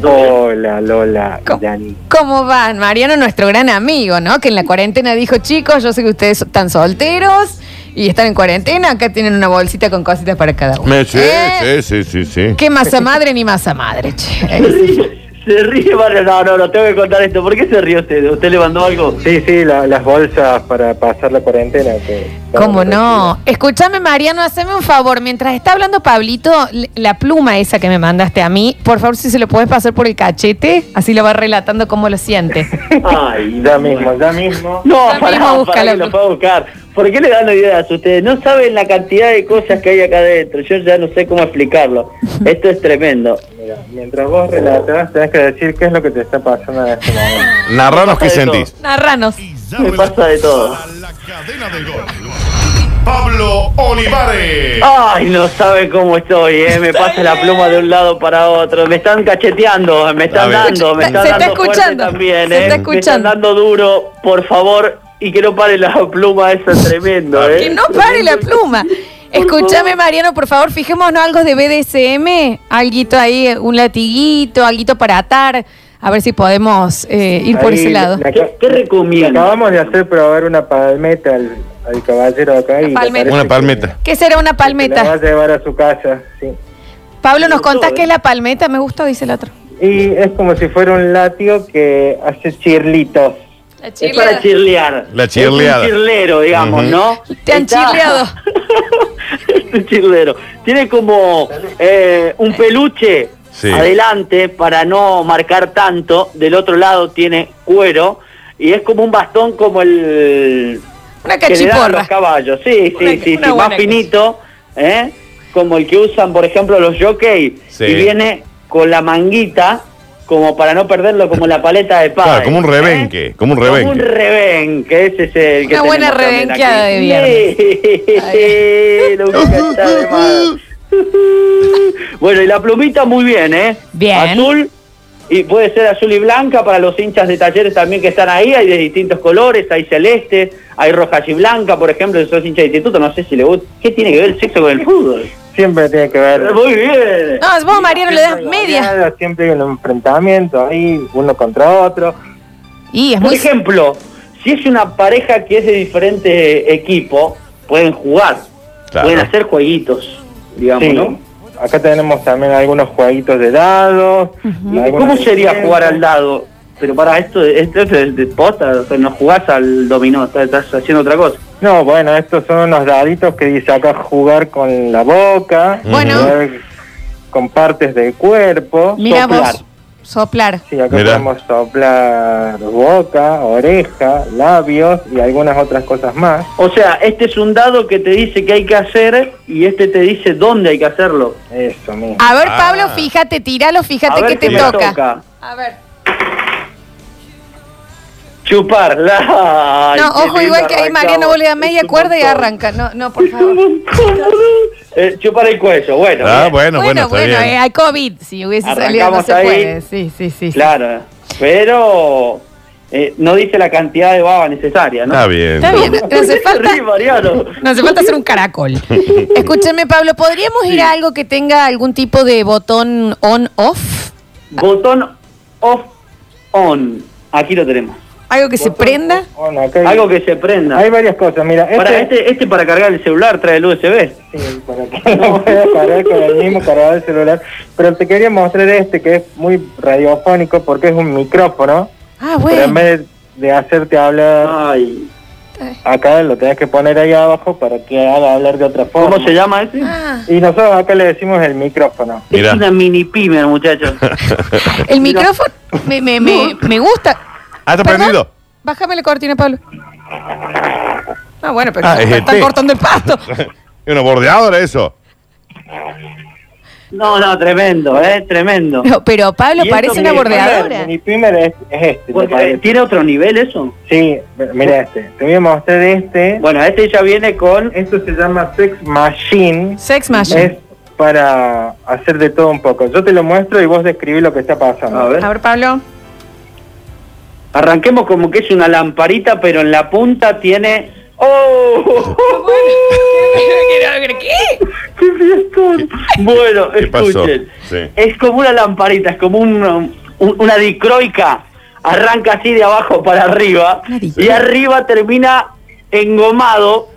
Speaker 11: Hola, Lola, Dani.
Speaker 2: ¿Cómo van? Mariano, nuestro gran amigo, ¿no? Que en la cuarentena dijo, chicos, yo sé que ustedes están solteros y están en cuarentena, acá tienen una bolsita con cositas para cada uno. ¿Eh?
Speaker 1: Me- sí, sí, sí, sí, sí.
Speaker 2: ¿Qué masa madre ni masa madre,
Speaker 11: Se
Speaker 2: che? Eh,
Speaker 11: ríe, se ríe, Barrio. No, no, no, tengo que contar esto. ¿Por qué se ríe usted? ¿Usted le mandó algo?
Speaker 12: Sí, sí, la- las bolsas para pasar la cuarentena. que-
Speaker 2: ¿Cómo no? Escúchame, Mariano, haceme un favor. Mientras está hablando Pablito, l- la pluma esa que me mandaste a mí, por favor, si se lo puedes pasar por el cachete, así lo va relatando cómo lo siente.
Speaker 11: Ay,
Speaker 12: ya mismo, ya mismo.
Speaker 11: No,
Speaker 2: Ya
Speaker 11: pará,
Speaker 2: mismo busca
Speaker 11: pará,
Speaker 2: la
Speaker 11: que lo puedo buscar. ¿Por qué le dan ideas a ustedes? No saben la cantidad de cosas que hay acá adentro. Yo ya no sé cómo explicarlo. Esto es tremendo.
Speaker 12: Mira, mientras vos relatas, tenés que decir qué es lo que te está pasando en este momento.
Speaker 1: Narranos qué sentís.
Speaker 2: Narranos.
Speaker 11: Me pasa de todo.
Speaker 10: Pablo Olivares.
Speaker 11: Ay, no saben cómo estoy, ¿eh? Me pasa la pluma de un lado para otro. Me están cacheteando, me están
Speaker 1: Está bien.
Speaker 11: dando, me
Speaker 2: Está-
Speaker 11: están
Speaker 2: se está
Speaker 11: dando fuerte
Speaker 2: escuchando,
Speaker 11: también,
Speaker 2: se
Speaker 11: ¿eh?
Speaker 2: está
Speaker 11: Me están
Speaker 2: escuchando.
Speaker 11: dando duro, por favor, y que no pare la pluma esa tremendo, ¿eh?
Speaker 2: Que no pare la pluma. Escúchame, Mariano, por favor, fijémonos algo de BDSM, alguito ahí, eh, un latiguito, alguito para atar, a ver si podemos eh, ir por
Speaker 12: Ahí
Speaker 2: ese
Speaker 12: le-
Speaker 2: lado.
Speaker 12: le aca-
Speaker 11: ¿Qué, qué
Speaker 12: le
Speaker 11: recomiendan?
Speaker 12: acabamos de hacer probar una palmeta al, al caballero acá. Y le
Speaker 2: palmeta.
Speaker 12: parece
Speaker 1: Una palmeta.
Speaker 2: ¿Qué será una
Speaker 12: que- que La va a
Speaker 2: palmeta?
Speaker 12: llevar a su casa, sí.
Speaker 2: Pablo, nos contás
Speaker 11: eh.
Speaker 2: qué es la palmeta, me gustó, dice el otro.
Speaker 12: Y es como si fuera un látigo que hace chirlitos.
Speaker 2: La
Speaker 11: Es para chirlear.
Speaker 1: La chirleada.
Speaker 11: Es un chirlero, digamos,
Speaker 1: Ujú.
Speaker 11: ¿no?
Speaker 2: Te han
Speaker 11: Está-
Speaker 2: chirleado.
Speaker 11: es un chirlero. Tiene como eh, un peluche
Speaker 1: Sí.
Speaker 11: adelante para no marcar tanto. Del otro lado tiene cuero. Y es como un bastón como el...
Speaker 2: Una
Speaker 11: que le dan a los
Speaker 2: cachiporra.
Speaker 11: caballos. Sí, sí,
Speaker 2: Una-
Speaker 11: sí,
Speaker 2: una
Speaker 11: sí, Más
Speaker 2: buena
Speaker 11: finito. ¿eh? Como el que usan, por ejemplo, los jockeys.
Speaker 1: Sí.
Speaker 11: Y viene con la manguita como para no perderlo como la paleta de pádel.
Speaker 1: Claro, como un rebenque, como un rebenque.
Speaker 11: Como un rebenque, ese es el que
Speaker 2: Una buena
Speaker 11: tenemos también
Speaker 2: rebenqueada
Speaker 11: aquí.
Speaker 2: de viernes.
Speaker 11: Sí, nunca está de más. Bueno, y la plumita muy bien, ¿eh?
Speaker 2: Bien.
Speaker 11: Azul, y puede ser azul y blanca para los hinchas de talleres también que están ahí, hay de distintos colores, hay celeste, hay roja y blanca, por ejemplo, si sos hincha de instituto, no sé si le gusta. ¿Qué tiene que ver el sexo con el fútbol?
Speaker 12: Siempre tiene que ver.
Speaker 11: Muy bien.
Speaker 2: No, vos, Mariano, le das
Speaker 12: Siempre hay
Speaker 2: media.
Speaker 12: goleadas, Siempre hay un enfrentamiento ahí, uno contra otro.
Speaker 2: Y es
Speaker 11: Por
Speaker 2: muy...
Speaker 11: ejemplo, si es una pareja que es de diferente equipo, pueden jugar,
Speaker 1: Claro.
Speaker 11: pueden hacer jueguitos, digamos,
Speaker 12: Sí.
Speaker 11: ¿no?
Speaker 12: Acá tenemos también algunos jueguitos de dados.
Speaker 11: ¿Y
Speaker 12: algunos
Speaker 11: ¿Cómo
Speaker 12: de
Speaker 11: sería
Speaker 12: tiempo.
Speaker 11: jugar al dado? Pero para esto, esto es de, de posta, o sea, no jugás al dominó, estás, estás haciendo otra cosa.
Speaker 12: No, bueno, estos son unos daditos que dice acá jugar con la boca,
Speaker 2: Bueno.
Speaker 12: jugar con partes del cuerpo.
Speaker 2: Mira
Speaker 11: soplar.
Speaker 2: vos, soplar.
Speaker 12: Sí, acá
Speaker 1: Mirá.
Speaker 12: podemos soplar boca, oreja, labios y algunas otras cosas más.
Speaker 11: O sea, este es un dado que te dice qué hay que hacer y este te dice dónde hay que hacerlo.
Speaker 12: Eso mismo.
Speaker 2: A ver,
Speaker 1: Ah.
Speaker 2: Pablo, fíjate, tíralo,
Speaker 11: A
Speaker 2: fíjate
Speaker 11: ver
Speaker 2: qué te
Speaker 11: qué me
Speaker 2: toca.
Speaker 11: toca.
Speaker 2: A ver.
Speaker 11: Chuparla. Ay,
Speaker 2: No,
Speaker 11: qué
Speaker 2: ojo,
Speaker 11: lindo
Speaker 2: igual que ahí
Speaker 11: arrancamos.
Speaker 2: Mariano vos le das media
Speaker 11: Es un
Speaker 2: cuerda y
Speaker 11: montón.
Speaker 2: arranca. No, no, por
Speaker 11: Es un
Speaker 2: favor.
Speaker 11: montón. Eh, chupar el cuello, bueno.
Speaker 1: Ah,
Speaker 11: bien.
Speaker 1: bueno, bueno,
Speaker 2: bueno,
Speaker 1: está bien.
Speaker 2: eh, hay COVID. Si hubiese salido, no
Speaker 11: Arrancamos
Speaker 2: se
Speaker 11: ahí.
Speaker 2: puede. Sí, sí, sí. sí.
Speaker 11: Claro, pero eh, no dice la cantidad de baba necesaria, ¿no?
Speaker 1: Está bien.
Speaker 2: Está bien, no hace falta.
Speaker 11: Sí, Mariano.
Speaker 2: No hace falta hacer un caracol. Escúchame, Pablo, ¿podríamos ir a algo que tenga algún tipo de botón on-off?
Speaker 11: Botón off on. Aquí lo tenemos.
Speaker 2: ¿Algo que se prenda?
Speaker 12: Bueno, acá hay,
Speaker 11: Algo que se prenda.
Speaker 12: hay varias cosas. Mira,
Speaker 11: para este, este para cargar el celular trae el USB.
Speaker 12: Sí, para que no pueda cargar con el mismo cargador del celular. Pero te quería mostrar este que es muy radiofónico porque es un micrófono.
Speaker 2: Ah,
Speaker 12: Pero
Speaker 2: bueno.
Speaker 12: en vez de hacerte hablar
Speaker 11: Ay,
Speaker 12: acá, lo tenés que poner ahí abajo para que haga hablar de otra forma.
Speaker 11: ¿cómo se llama ese?
Speaker 2: Ah,
Speaker 12: Y nosotros acá le decimos el micrófono.
Speaker 1: Mirá.
Speaker 11: Es una mini pimer, muchachos.
Speaker 2: el micrófono me, me, me, me gusta.
Speaker 1: ¿Has
Speaker 2: Perdón,
Speaker 1: aprendido?
Speaker 2: Bájame la cortina, Pablo. Ah, bueno, pero
Speaker 1: Ah, es
Speaker 2: están
Speaker 1: ET.
Speaker 2: cortando el pasto.
Speaker 1: Es una bordeadora eso.
Speaker 11: No, no, tremendo, ¿eh? Tremendo.
Speaker 2: No, pero Pablo
Speaker 11: Y esto,
Speaker 2: parece una
Speaker 11: mire,
Speaker 2: bordeadora.
Speaker 12: Mi primer es, es este.
Speaker 11: Porque, eh, ¿Tiene otro nivel eso?
Speaker 12: Sí, mira este. Te voy a mostrar este.
Speaker 11: Bueno, este ya viene con...
Speaker 12: Esto se llama Sex Machine.
Speaker 2: Sex
Speaker 12: Es
Speaker 2: Machine.
Speaker 12: para hacer de todo un poco. Yo te lo muestro y vos describí lo que está pasando.
Speaker 11: A ver.
Speaker 2: A ver, Pablo.
Speaker 11: Arranquemos como que es una lamparita, pero en la punta tiene... ¡Oh!
Speaker 2: ¿Qué?
Speaker 11: ¡Qué fiestón! Bueno,
Speaker 1: ¿Qué pasó?
Speaker 11: escuchen.
Speaker 1: Sí.
Speaker 11: Es como una lamparita, es como un- un- una dicroica. Arranca así de abajo para arriba y arriba termina engomado,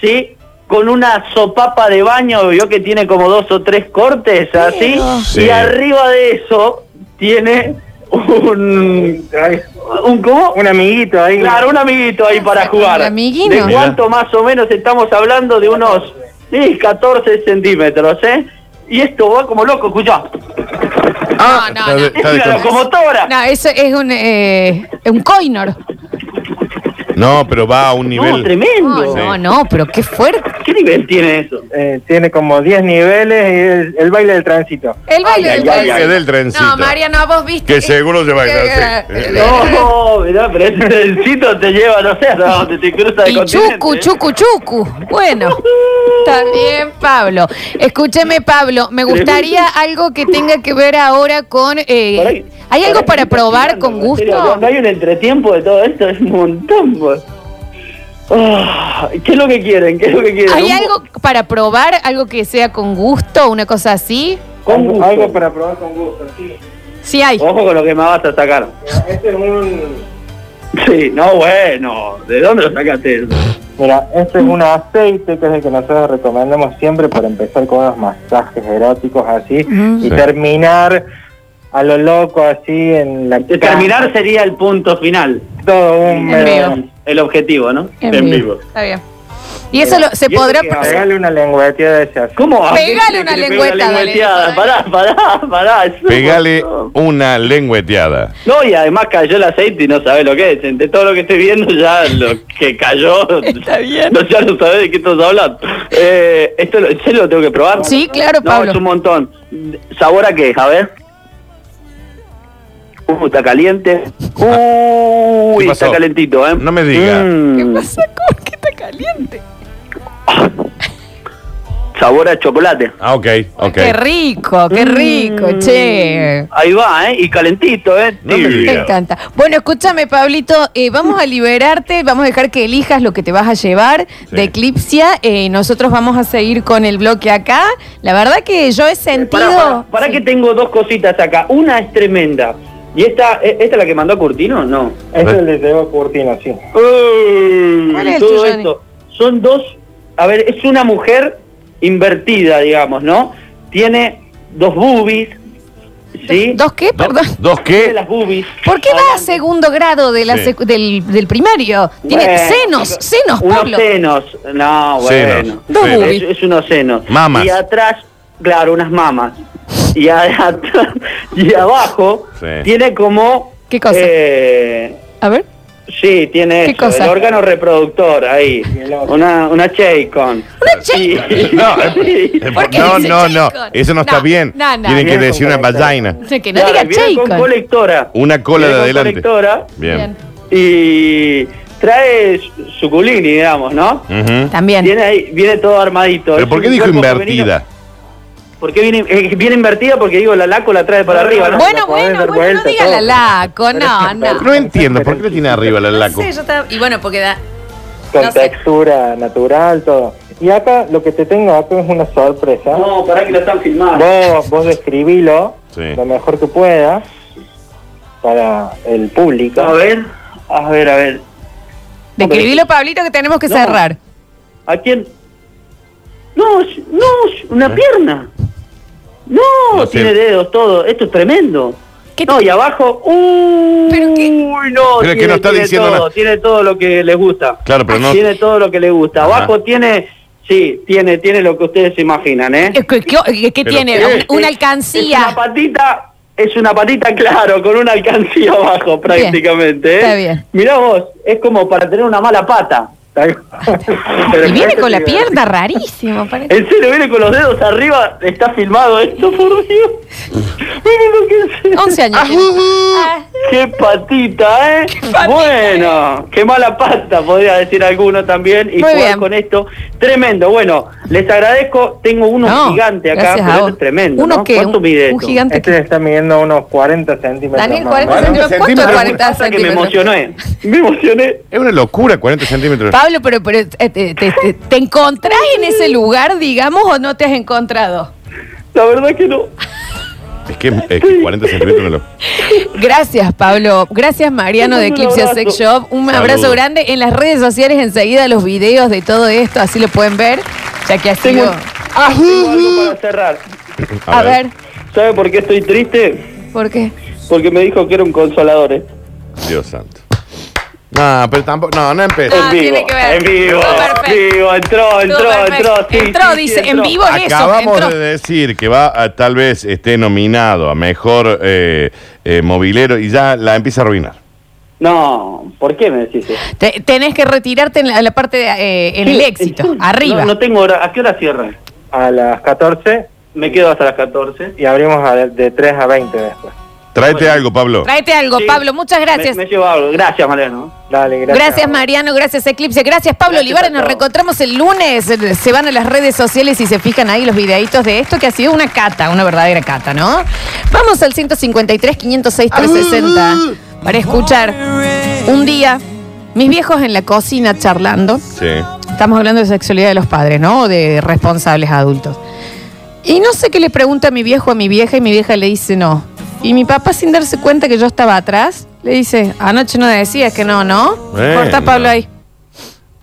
Speaker 11: ¿sí? Con una sopapa de baño, vio que tiene como dos o tres cortes así.
Speaker 1: Sí.
Speaker 11: Y arriba de eso tiene un... ¿Un cómo?
Speaker 12: Un amiguito ahí.
Speaker 11: Claro, un amiguito ahí para jugar.
Speaker 2: Un amiguino.
Speaker 11: ¿De cuánto más o menos estamos hablando? De unos sí, 14 centímetros, ¿eh? Y esto va como loco, escuchá.
Speaker 1: Ah,
Speaker 2: no,
Speaker 1: está
Speaker 2: no.
Speaker 1: de-
Speaker 11: Es
Speaker 1: está de
Speaker 11: una
Speaker 1: con-
Speaker 11: locomotora.
Speaker 2: No, eso es un, eh, un coinor.
Speaker 1: No, pero va a un
Speaker 11: No,
Speaker 1: nivel.
Speaker 11: tremendo.
Speaker 2: No, no, no, pero qué fuerte.
Speaker 11: ¿Qué nivel tiene eso?
Speaker 12: Eh, tiene como 10 niveles y el, el baile del tránsito.
Speaker 2: El baile
Speaker 11: Ay,
Speaker 2: del
Speaker 11: ay, ay,
Speaker 1: Que
Speaker 2: tren.
Speaker 1: del trencito.
Speaker 2: No, Mariano, vos viste.
Speaker 1: Que seguro se va a
Speaker 2: Eh,
Speaker 1: quedar
Speaker 2: eh,
Speaker 1: así.
Speaker 11: No, mirá, pero ese trencito te lleva, no sé, hasta donde te cruza de
Speaker 2: Y
Speaker 11: continente.
Speaker 2: chucu, chucu, chucu. Bueno, está bien, Pablo. Escúcheme, Pablo, me gustaría algo que tenga que ver ahora con... eh,
Speaker 11: Por ahí-
Speaker 2: ¿Hay algo
Speaker 11: por
Speaker 2: para
Speaker 11: ahí está
Speaker 2: probar
Speaker 11: tirando,
Speaker 2: con
Speaker 11: en serio,
Speaker 2: gusto?
Speaker 11: No, no hay un entretiempo de todo esto, es un montón, pues. Ah, ¿Qué es lo que quieren? ¿Qué es lo que quieren?
Speaker 2: ¿Hay
Speaker 11: Un-
Speaker 2: algo para probar? ¿Algo que sea con gusto? ¿Una cosa así?
Speaker 11: con
Speaker 12: Algo,
Speaker 11: gusto.
Speaker 12: algo para probar con gusto. sí.
Speaker 2: Sí hay.
Speaker 11: Ojo con lo que me vas a sacar.
Speaker 12: Mira, Este es un.
Speaker 11: Sí, no, bueno. ¿De dónde lo sacaste eso?
Speaker 12: Mira, este es un aceite que es el que nosotros recomendamos siempre para empezar con unos masajes eróticos así
Speaker 2: Mm.
Speaker 12: y
Speaker 1: Sí.
Speaker 12: terminar a lo loco así en la
Speaker 11: De Terminar sería el punto final. Eh,
Speaker 12: todo un
Speaker 2: En vivo.
Speaker 11: El objetivo, ¿no?
Speaker 2: Está bien. Y eso lo- se
Speaker 11: ¿Y eso
Speaker 2: podrá...
Speaker 11: qué hace?
Speaker 12: Pegarle una lengüeteada de ese aceite.
Speaker 11: ¿Cómo?
Speaker 2: Pegale una
Speaker 11: Que le pegue
Speaker 2: lengüeta, dale,
Speaker 11: lengüeteada. Pará, pará, pará. eso
Speaker 1: Pegale
Speaker 11: no.
Speaker 1: una lengüeteada.
Speaker 11: No, y además cayó el aceite y no sabe lo que es. Entre todo lo que estoy viendo, ya lo que cayó.
Speaker 2: Está bien.
Speaker 11: No, ya no sabés de qué estás hablando. Eh, esto lo, ¿en serio lo tengo que probar.
Speaker 2: Sí, claro,
Speaker 11: No,
Speaker 2: Pablo.
Speaker 11: es un montón. ¿Sabor a qué? A ver. Uh, está caliente. Uy,
Speaker 1: ¿Qué Ah, pasó?
Speaker 11: está calentito, ¿eh?
Speaker 1: No me diga.
Speaker 11: Mm,
Speaker 2: ¿Qué pasa con que está caliente?
Speaker 11: sabor a chocolate.
Speaker 1: Ah, ok, ok.
Speaker 2: Qué rico,
Speaker 11: Mm.
Speaker 2: qué rico, che.
Speaker 11: Ahí va, ¿eh? Y calentito, ¿eh?
Speaker 1: No me
Speaker 11: Tibio.
Speaker 1: digas.
Speaker 2: Me encanta. Bueno, escúchame, Pablito, eh, vamos a liberarte, vamos a dejar que elijas lo que te vas a llevar
Speaker 1: Sí.
Speaker 2: de Eclipsia. eh, nosotros vamos a seguir con el bloque acá. La verdad que yo he
Speaker 11: Eh, Pará,
Speaker 2: sentido...
Speaker 11: pará, pará
Speaker 2: Sí.
Speaker 11: que tengo dos cositas acá. Una es tremenda. ¿Y esta, e- esta es la que mandó Curtino? No.
Speaker 12: Este le llevo a Curtino, sí.
Speaker 11: Uy,
Speaker 2: ¿Cuál es el
Speaker 11: todo
Speaker 2: Giuliani?
Speaker 11: esto. Son dos. A ver, es una mujer invertida, digamos, ¿no? Tiene dos boobies. ¿Sí?
Speaker 2: ¿Dos qué?
Speaker 1: Do-
Speaker 2: Perdón.
Speaker 1: ¿Dos
Speaker 11: Tiene
Speaker 1: qué?
Speaker 11: las boobies.
Speaker 2: ¿Por qué va a segundo grado de la
Speaker 1: Sí.
Speaker 2: secu- del, del primario? Tiene
Speaker 11: Bueno,
Speaker 2: senos, senos,
Speaker 11: Unos
Speaker 2: Pablo.
Speaker 11: senos. No, bueno.
Speaker 1: Senos.
Speaker 2: Dos
Speaker 1: Senos.
Speaker 2: boobies.
Speaker 11: Es, es unos senos.
Speaker 1: Mamas.
Speaker 11: Y atrás, claro, unas mamas. Y, a- atrás- y abajo
Speaker 1: Sí.
Speaker 11: tiene como...
Speaker 2: ¿Qué cosa?
Speaker 11: eh,
Speaker 2: A ver.
Speaker 11: sí, tiene
Speaker 2: ¿Qué
Speaker 11: eso,
Speaker 2: cosa?
Speaker 11: el órgano reproductor ahí.
Speaker 12: el otro.
Speaker 11: Una, una J-Con.
Speaker 2: Una
Speaker 11: Sí.
Speaker 2: chica.
Speaker 1: No, eh, eh,
Speaker 2: ¿Por qué
Speaker 1: no,
Speaker 2: dice
Speaker 1: no, no.
Speaker 2: chico?
Speaker 1: Eso no,
Speaker 2: No,
Speaker 1: está bien.
Speaker 2: no, no.
Speaker 1: Tienen que
Speaker 12: Bien,
Speaker 1: decir una
Speaker 12: compañero.
Speaker 1: vagina.
Speaker 2: O sea, que no
Speaker 11: Claro,
Speaker 2: diga
Speaker 11: viene con
Speaker 2: chico.
Speaker 11: colectora.
Speaker 1: Una cola
Speaker 11: Viene
Speaker 1: de
Speaker 11: con
Speaker 1: adelante.
Speaker 11: colectora
Speaker 1: Bien.
Speaker 11: y trae su- su culini, digamos, ¿no?
Speaker 1: Ujú.
Speaker 2: También.
Speaker 11: Viene ahí, viene todo armadito.
Speaker 1: ¿Pero
Speaker 11: Es
Speaker 1: por qué
Speaker 11: un
Speaker 1: dijo
Speaker 11: cuerpo
Speaker 1: invertida?
Speaker 11: femenino. Porque viene, eh, viene invertida porque digo, la laco la trae para arriba, ¿no?
Speaker 2: Bueno,
Speaker 12: La podés
Speaker 2: bueno,
Speaker 12: dar
Speaker 2: bueno, no
Speaker 12: vuelta,
Speaker 2: diga
Speaker 12: todo.
Speaker 2: la laco, no, no.
Speaker 1: No entiendo. ¿Por qué lo tiene arriba la
Speaker 2: No
Speaker 1: laco?
Speaker 2: sé, yo estaba- Y bueno, porque da.
Speaker 12: Con
Speaker 2: No sé.
Speaker 12: textura natural, todo. Y acá lo que te tengo acá es una sorpresa.
Speaker 11: No, para que lo están filmando.
Speaker 12: Vos, vos describilo
Speaker 1: Sí.
Speaker 12: lo mejor que puedas para el público.
Speaker 11: A ver, a ver, a ver.
Speaker 2: Describilo, Pablito, que tenemos que
Speaker 11: No.
Speaker 2: cerrar.
Speaker 11: ¿A quién? No, es- no, es una pierna. No,
Speaker 1: ¿Eh? No sé.
Speaker 11: tiene dedos, todo. Esto es tremendo.
Speaker 2: ¿Qué
Speaker 11: No, y abajo, uy,
Speaker 2: ¿Pero qué?
Speaker 11: no,
Speaker 1: Pero es que no está diciendo
Speaker 11: todo,
Speaker 1: nada.
Speaker 11: tiene todo lo que les gusta.
Speaker 1: Claro, pero no-
Speaker 11: Tiene todo lo que les gusta.
Speaker 1: Ajá.
Speaker 11: Abajo tiene, sí, tiene, tiene lo que ustedes se imaginan, ¿eh?
Speaker 2: Eh, ¿Qué, qué- qué
Speaker 1: Pero
Speaker 2: tiene?
Speaker 1: qué.
Speaker 2: Una
Speaker 11: Es una
Speaker 2: alcancía.
Speaker 11: patita, es una patita, claro, con una alcancía abajo prácticamente, ¿eh?
Speaker 2: está bien.
Speaker 11: Mirá vos, es como para tener una mala pata.
Speaker 2: Y viene con la pierna rarísimo. parece.
Speaker 11: En serio, viene con los dedos arriba. Está filmado esto, por Dios. Miren lo que es.
Speaker 2: 11 años. tiene.
Speaker 11: uh,
Speaker 2: Ah,
Speaker 11: ¡Qué patita, eh! bueno, qué mala pata, podría decir alguno también. Y
Speaker 2: eh. Muy
Speaker 11: jugar
Speaker 2: bien.
Speaker 11: con esto. Tremendo. Bueno, les agradezco. Tengo uno
Speaker 2: No,
Speaker 11: gigante acá,
Speaker 2: gracias a
Speaker 11: pero
Speaker 2: vos.
Speaker 11: este es tremendo.
Speaker 2: ¿Uno
Speaker 11: ¿no?
Speaker 2: qué?
Speaker 11: ¿Cuánto
Speaker 2: ¿Un-
Speaker 11: mide
Speaker 2: un
Speaker 11: esto?
Speaker 2: gigante
Speaker 12: Este está midiendo unos 40 centímetros.
Speaker 2: Daniel,
Speaker 12: más o
Speaker 2: 40
Speaker 12: menos.
Speaker 2: centímetros. ¿Cuánto es
Speaker 1: centímetros.
Speaker 2: 40
Speaker 11: Pasa que me
Speaker 2: centímetros?
Speaker 11: emocioné. Me emocioné.
Speaker 1: Es una locura, 40 centímetros.
Speaker 2: Pablo, pero, pero eh, te, te- te- ¿te encontrás en ese lugar, digamos, o no te has encontrado?
Speaker 11: La verdad que no.
Speaker 1: Es que, es que 40 centímetros no lo.
Speaker 2: Gracias, Pablo. Gracias, Mariano de
Speaker 11: Un
Speaker 2: Eclipse
Speaker 11: abrazo.
Speaker 2: Sex Shop. Un
Speaker 1: Saludos.
Speaker 2: abrazo grande. En las redes sociales enseguida los videos de todo esto, así lo pueden ver, ya que ha sido...
Speaker 11: Tengo algo para cerrar.
Speaker 2: A ver,
Speaker 11: ¿Sabe por qué estoy triste?
Speaker 2: ¿por qué?
Speaker 11: Porque me dijo que era un consolador. eh.
Speaker 1: Dios santo. No, pero tampoco. No, no empecé.
Speaker 2: Ah,
Speaker 11: en vivo.
Speaker 2: tiene que ver.
Speaker 11: En vivo.
Speaker 2: Estuvo perfecto.
Speaker 11: vivo. Entró, entró,
Speaker 2: Todo
Speaker 11: entró.
Speaker 2: perfecto.
Speaker 11: sí,
Speaker 2: Entró,
Speaker 11: sí, sí,
Speaker 2: dice, en
Speaker 11: entró.
Speaker 2: vivo es eso.
Speaker 1: Acabamos
Speaker 2: Entró.
Speaker 1: de decir que va a- tal vez esté nominado a mejor eh, eh, mobilero y ya la empieza a arruinar.
Speaker 11: No, ¿por qué me decís eso?
Speaker 2: Te- tenés que retirarte en la, la parte de, eh, en
Speaker 11: Sí,
Speaker 2: el éxito,
Speaker 11: sí.
Speaker 2: arriba.
Speaker 11: No, no tengo hora. ¿A qué hora cierra?
Speaker 12: A las 14
Speaker 11: Me quedo hasta las 14.
Speaker 12: y abrimos a- de 3 a 20 después.
Speaker 1: Tráete algo, Pablo.
Speaker 2: Tráete algo,
Speaker 11: Sí.
Speaker 2: Pablo. Muchas gracias.
Speaker 11: Me, me llevo algo. Gracias, Mariano.
Speaker 12: Dale, gracias.
Speaker 2: Gracias, Mariano, gracias Eclipse, gracias Pablo
Speaker 11: Gracias
Speaker 2: Olivares,
Speaker 11: a
Speaker 2: nos
Speaker 11: todos.
Speaker 2: reencontramos el lunes, se van a las redes sociales y se fijan ahí los videitos de esto que ha sido una cata, una verdadera cata, ¿no? Vamos al 153 506 360 para escuchar un día mis viejos en la cocina charlando.
Speaker 1: Sí.
Speaker 2: Estamos hablando de sexualidad de los padres, ¿no? O de responsables adultos. Y no sé qué le pregunta mi viejo a mi vieja y mi vieja le dice no. Y mi papá, sin darse cuenta que yo estaba atrás, le dice, anoche no decías que no, ¿no?
Speaker 1: Bueno.
Speaker 2: Corta Pablo ahí.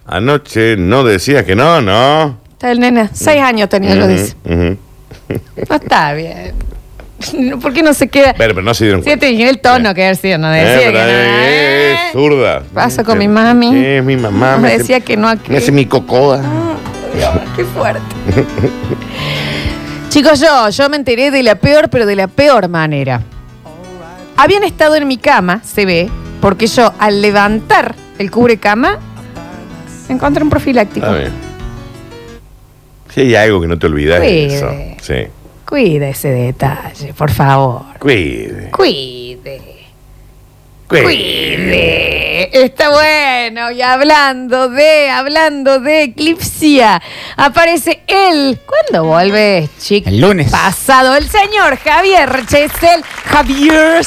Speaker 1: Anoche no decías que no, no.
Speaker 2: Está el nene, seis años tenía, lo
Speaker 1: Ujú,
Speaker 2: dice.
Speaker 1: ujú.
Speaker 2: No está bien. No, ¿Por qué no se queda?
Speaker 1: Pero, pero no se dieron cuenta.
Speaker 2: Siete y el tono que decía, no
Speaker 1: Eh,
Speaker 2: decía que
Speaker 1: pero,
Speaker 2: no.
Speaker 1: eh,
Speaker 2: ¿eh?
Speaker 1: es zurda.
Speaker 2: Pasa con mi mami.
Speaker 1: Sí, Es mi mamá.
Speaker 2: Me
Speaker 1: hace-
Speaker 2: decía que no aquí. Ah,
Speaker 1: Me hace mi cocoda.
Speaker 2: Dios, qué fuerte. Chicos, yo, yo me enteré de la peor, pero de la peor manera. Habían estado en mi cama, se ve, porque yo al levantar el cubrecama, encontré un profiláctico.
Speaker 1: Está bien. Si hay algo que no te olvidas
Speaker 2: Cuide.
Speaker 1: es eso. Sí.
Speaker 2: Cuida ese detalle, por favor.
Speaker 1: Cuide.
Speaker 2: Cuide.
Speaker 1: Cuide.
Speaker 2: Cuide. Está bueno. Y hablando de, hablando de Eclipsia, aparece él. ¿Cuándo vuelve, chico?
Speaker 6: El lunes.
Speaker 2: Pasado. El señor Javier Chesel. Javier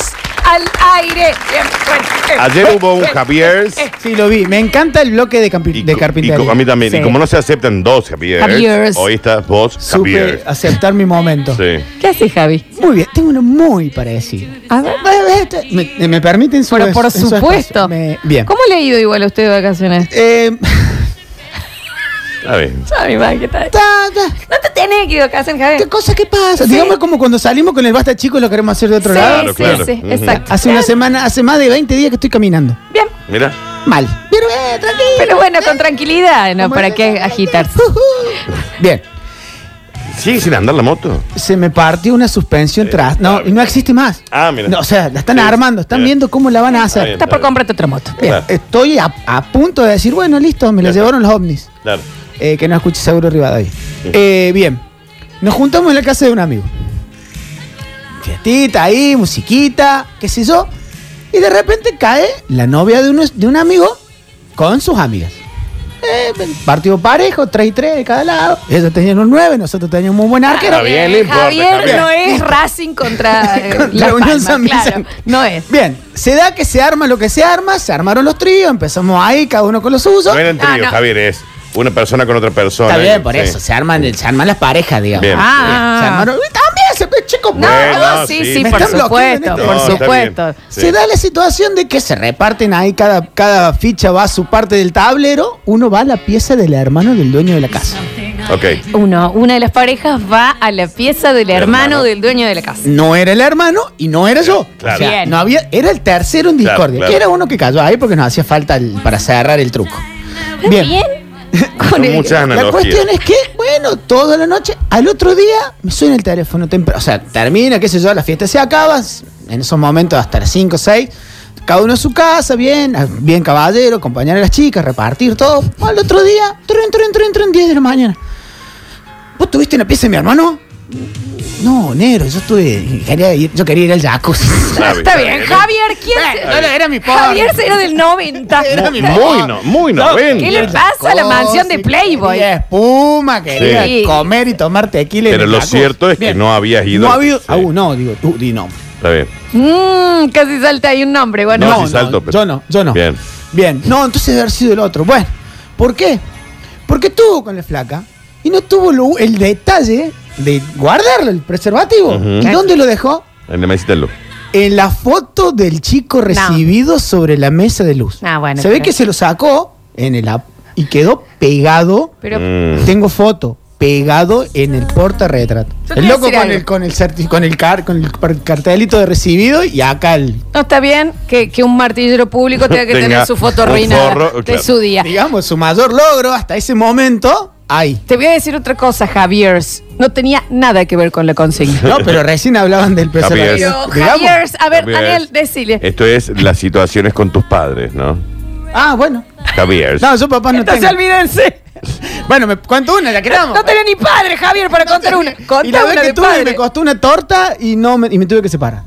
Speaker 2: al aire. Bien, bueno.
Speaker 1: Ayer hubo un Javiers.
Speaker 6: Sí, lo vi. Me encanta el bloque de, campi-
Speaker 1: y
Speaker 6: de
Speaker 1: co- y
Speaker 6: carpintería.
Speaker 1: co- a mí también.
Speaker 2: Sí.
Speaker 1: Y como no se aceptan dos Javiers,
Speaker 2: Javiers.
Speaker 1: hoy estás vos,
Speaker 6: Supe
Speaker 1: Javier.
Speaker 6: aceptar mi momento.
Speaker 1: Sí.
Speaker 2: ¿Qué hace Javi?
Speaker 6: Muy bien, tengo uno muy parecido.
Speaker 2: A ver.
Speaker 6: Este, ¿Me, me permiten su
Speaker 2: Pero por
Speaker 6: en su
Speaker 2: supuesto.
Speaker 6: espacio? Me- bien.
Speaker 2: ¿Cómo le ha ido igual a usted de vacaciones?
Speaker 6: Eh,
Speaker 1: Está bien.
Speaker 2: Ya mi madre, ¿qué tal?
Speaker 6: ta, ta,
Speaker 2: No te tenés que ir de vacaciones, Javi.
Speaker 6: ¿Qué cosa que pasa? Digamos como cuando salimos con el basta chico y lo queremos hacer de otro
Speaker 2: sí,
Speaker 6: lado.
Speaker 2: sí,
Speaker 1: Claro,
Speaker 2: sí,
Speaker 1: claro.
Speaker 2: exacto.
Speaker 6: Hace una semana, hace más de 20 días que estoy caminando.
Speaker 2: Bien.
Speaker 1: Mira.
Speaker 6: Mal. Pero, eh, tranquilo.
Speaker 2: Pero bueno, con tranquilidad, ¿no?
Speaker 6: Como
Speaker 2: ¿Para
Speaker 6: el-
Speaker 2: qué agitarse?
Speaker 6: Bien.
Speaker 1: ¿Sigue sin andar la moto?
Speaker 6: Se me partió una suspensión tras. No, y no existe más.
Speaker 1: Ah, mira.
Speaker 6: No, o sea, la están
Speaker 1: Sí,
Speaker 6: armando, están
Speaker 1: mira.
Speaker 6: viendo cómo la van a hacer.
Speaker 1: bien.
Speaker 2: Estás por comprarte otra moto.
Speaker 6: Bien,
Speaker 1: Claro.
Speaker 6: estoy a, a punto de decir, bueno, listo, me la
Speaker 1: Ya está.
Speaker 6: llevaron los ovnis.
Speaker 1: Claro.
Speaker 6: Eh, que no escuche seguro Rivadavia. Eh, bien, nos juntamos en la casa de un amigo. Fiestita ahí, musiquita, qué sé yo. Y de repente cae la novia de, unos- de un amigo con sus amigas. Eh, partido parejo, 3 y 3 de cada lado. Ellos tenían un 9, nosotros teníamos un buen arquero.
Speaker 1: Está bien, no importa,
Speaker 2: Javier
Speaker 1: Javier.
Speaker 2: no es Racing contra eh,
Speaker 6: Contra
Speaker 2: La Palma,
Speaker 6: Unión San
Speaker 2: claro,
Speaker 6: Vicente.
Speaker 2: no es.
Speaker 6: Bien, se da que se arma lo que se arma, se armaron los tríos, empezamos ahí, cada uno con los usos.
Speaker 1: No eran
Speaker 2: Ah,
Speaker 1: tríos,
Speaker 2: no.
Speaker 1: Javier, es una persona con otra persona.
Speaker 6: Está bien, por
Speaker 1: Sí.
Speaker 6: eso, se arman, se arman las parejas, digamos.
Speaker 1: Bien.
Speaker 2: Ah.
Speaker 6: Se armaron. ¡Uy, También se pues. pe- chicos,
Speaker 2: No,
Speaker 6: bueno.
Speaker 1: Bueno,
Speaker 2: no, sí,
Speaker 1: sí.
Speaker 2: sí,
Speaker 1: Me
Speaker 2: por
Speaker 6: están bloqueando
Speaker 2: supuesto,
Speaker 6: en este-
Speaker 2: por
Speaker 1: No, está
Speaker 2: supuesto.
Speaker 1: bien.
Speaker 6: Se da la situación de que se reparten ahí, cada, cada ficha va a su parte del tablero, uno va a la pieza del hermano del dueño de la casa.
Speaker 1: Ok.
Speaker 2: Uno, una de las parejas va a la pieza del
Speaker 1: El
Speaker 2: hermano,
Speaker 1: hermano.
Speaker 2: del dueño de la casa.
Speaker 6: No era el hermano y no era yo.
Speaker 1: Claro.
Speaker 6: O sea,
Speaker 2: Bien.
Speaker 6: no había, era el tercero en
Speaker 1: Claro,
Speaker 6: discordia,
Speaker 1: claro.
Speaker 6: que era uno que cayó ahí porque nos hacía falta el- para cerrar el truco.
Speaker 2: Bien. Con
Speaker 1: Son
Speaker 2: el-
Speaker 1: muchas
Speaker 6: La
Speaker 1: analogías.
Speaker 6: cuestión es que, bueno, toda la noche, al otro día me suena el teléfono temprano. O sea, termina, qué sé yo, la fiesta se acaba. En esos momentos, hasta las 5 o 6, Cada uno a su casa, bien, a- bien caballero, acompañar a las chicas, repartir todo. Al otro día, tren, tren, tren, tren, 10 de la mañana. ¿Vos tuviste una pieza de mi hermano? No, negro, yo estuve. Quería ir- yo quería ir al jacuzzi.
Speaker 2: Está bien, Javier, ¿quién se-
Speaker 6: Bueno, era mi pobre.
Speaker 2: Javier era del 90.
Speaker 6: Era mi
Speaker 1: Muy, no, muy noventa.
Speaker 2: ¿Qué le pasa a la mansión de Playboy?
Speaker 6: Quería espuma, quería
Speaker 2: Sí.
Speaker 6: comer y tomar tequila. en
Speaker 1: Pero
Speaker 6: el
Speaker 1: lo
Speaker 6: jacuzzi.
Speaker 1: cierto es que
Speaker 6: Bien.
Speaker 1: no habías ido.
Speaker 6: No ha habido.
Speaker 1: Sí,
Speaker 6: Aún no, digo, tú di nombre.
Speaker 1: Está bien.
Speaker 2: Mmm, casi salta ahí un nombre. Bueno,
Speaker 1: No,
Speaker 6: no,
Speaker 1: sí salto,
Speaker 6: no,
Speaker 1: pero-
Speaker 6: yo no, yo no.
Speaker 1: Bien.
Speaker 6: Bien, no, entonces debe haber sido el otro. Bueno, ¿por qué? Porque estuvo con la flaca y no tuvo lo- el detalle de guardarlo, el preservativo.
Speaker 1: Ujú.
Speaker 6: ¿Y dónde lo dejó?
Speaker 1: En la mesita del luz.
Speaker 6: En la foto del chico recibido sobre la mesa de luz.
Speaker 2: Ah, bueno,
Speaker 6: se ve
Speaker 2: pero-
Speaker 6: que se lo sacó en el app y quedó pegado.
Speaker 2: Pero-
Speaker 1: Mm.
Speaker 6: Tengo foto pegado en el portarretrato.
Speaker 2: Yo te
Speaker 6: El
Speaker 2: voy a
Speaker 6: loco
Speaker 2: decir
Speaker 6: con
Speaker 2: algo.
Speaker 6: el, con, el certi- con, el car- con el par- cartelito de recibido y acá el.
Speaker 2: no está bien que, que un martillero público tenga que tener
Speaker 1: Tenga
Speaker 2: su foto
Speaker 1: un
Speaker 2: arruinada
Speaker 1: forro,
Speaker 2: de
Speaker 1: claro.
Speaker 2: su día.
Speaker 6: Digamos, su mayor logro hasta ese momento, ahí.
Speaker 2: Te voy a decir otra cosa, Javier. No tenía nada que ver con la consigna.
Speaker 6: No, pero recién hablaban del
Speaker 1: Javier.
Speaker 6: preservativo.
Speaker 2: Pero,
Speaker 6: Digamos.
Speaker 2: Javier, a ver,
Speaker 1: Javier. Eh,
Speaker 2: Daniel, decile.
Speaker 1: Esto es las situaciones con tus padres, ¿no?
Speaker 6: Ah, bueno.
Speaker 1: Javier.
Speaker 6: No, yo papá no
Speaker 2: Entonces
Speaker 6: tengo.
Speaker 2: olvídense.
Speaker 6: Bueno, me cuento una, la queramos.
Speaker 2: No tenía ni padre, Javier, para contar una.
Speaker 6: y
Speaker 2: Contá
Speaker 6: la vez
Speaker 2: una
Speaker 6: que
Speaker 2: de
Speaker 6: tuve me
Speaker 2: padre.
Speaker 6: costó una torta y no me, y me tuve que separar.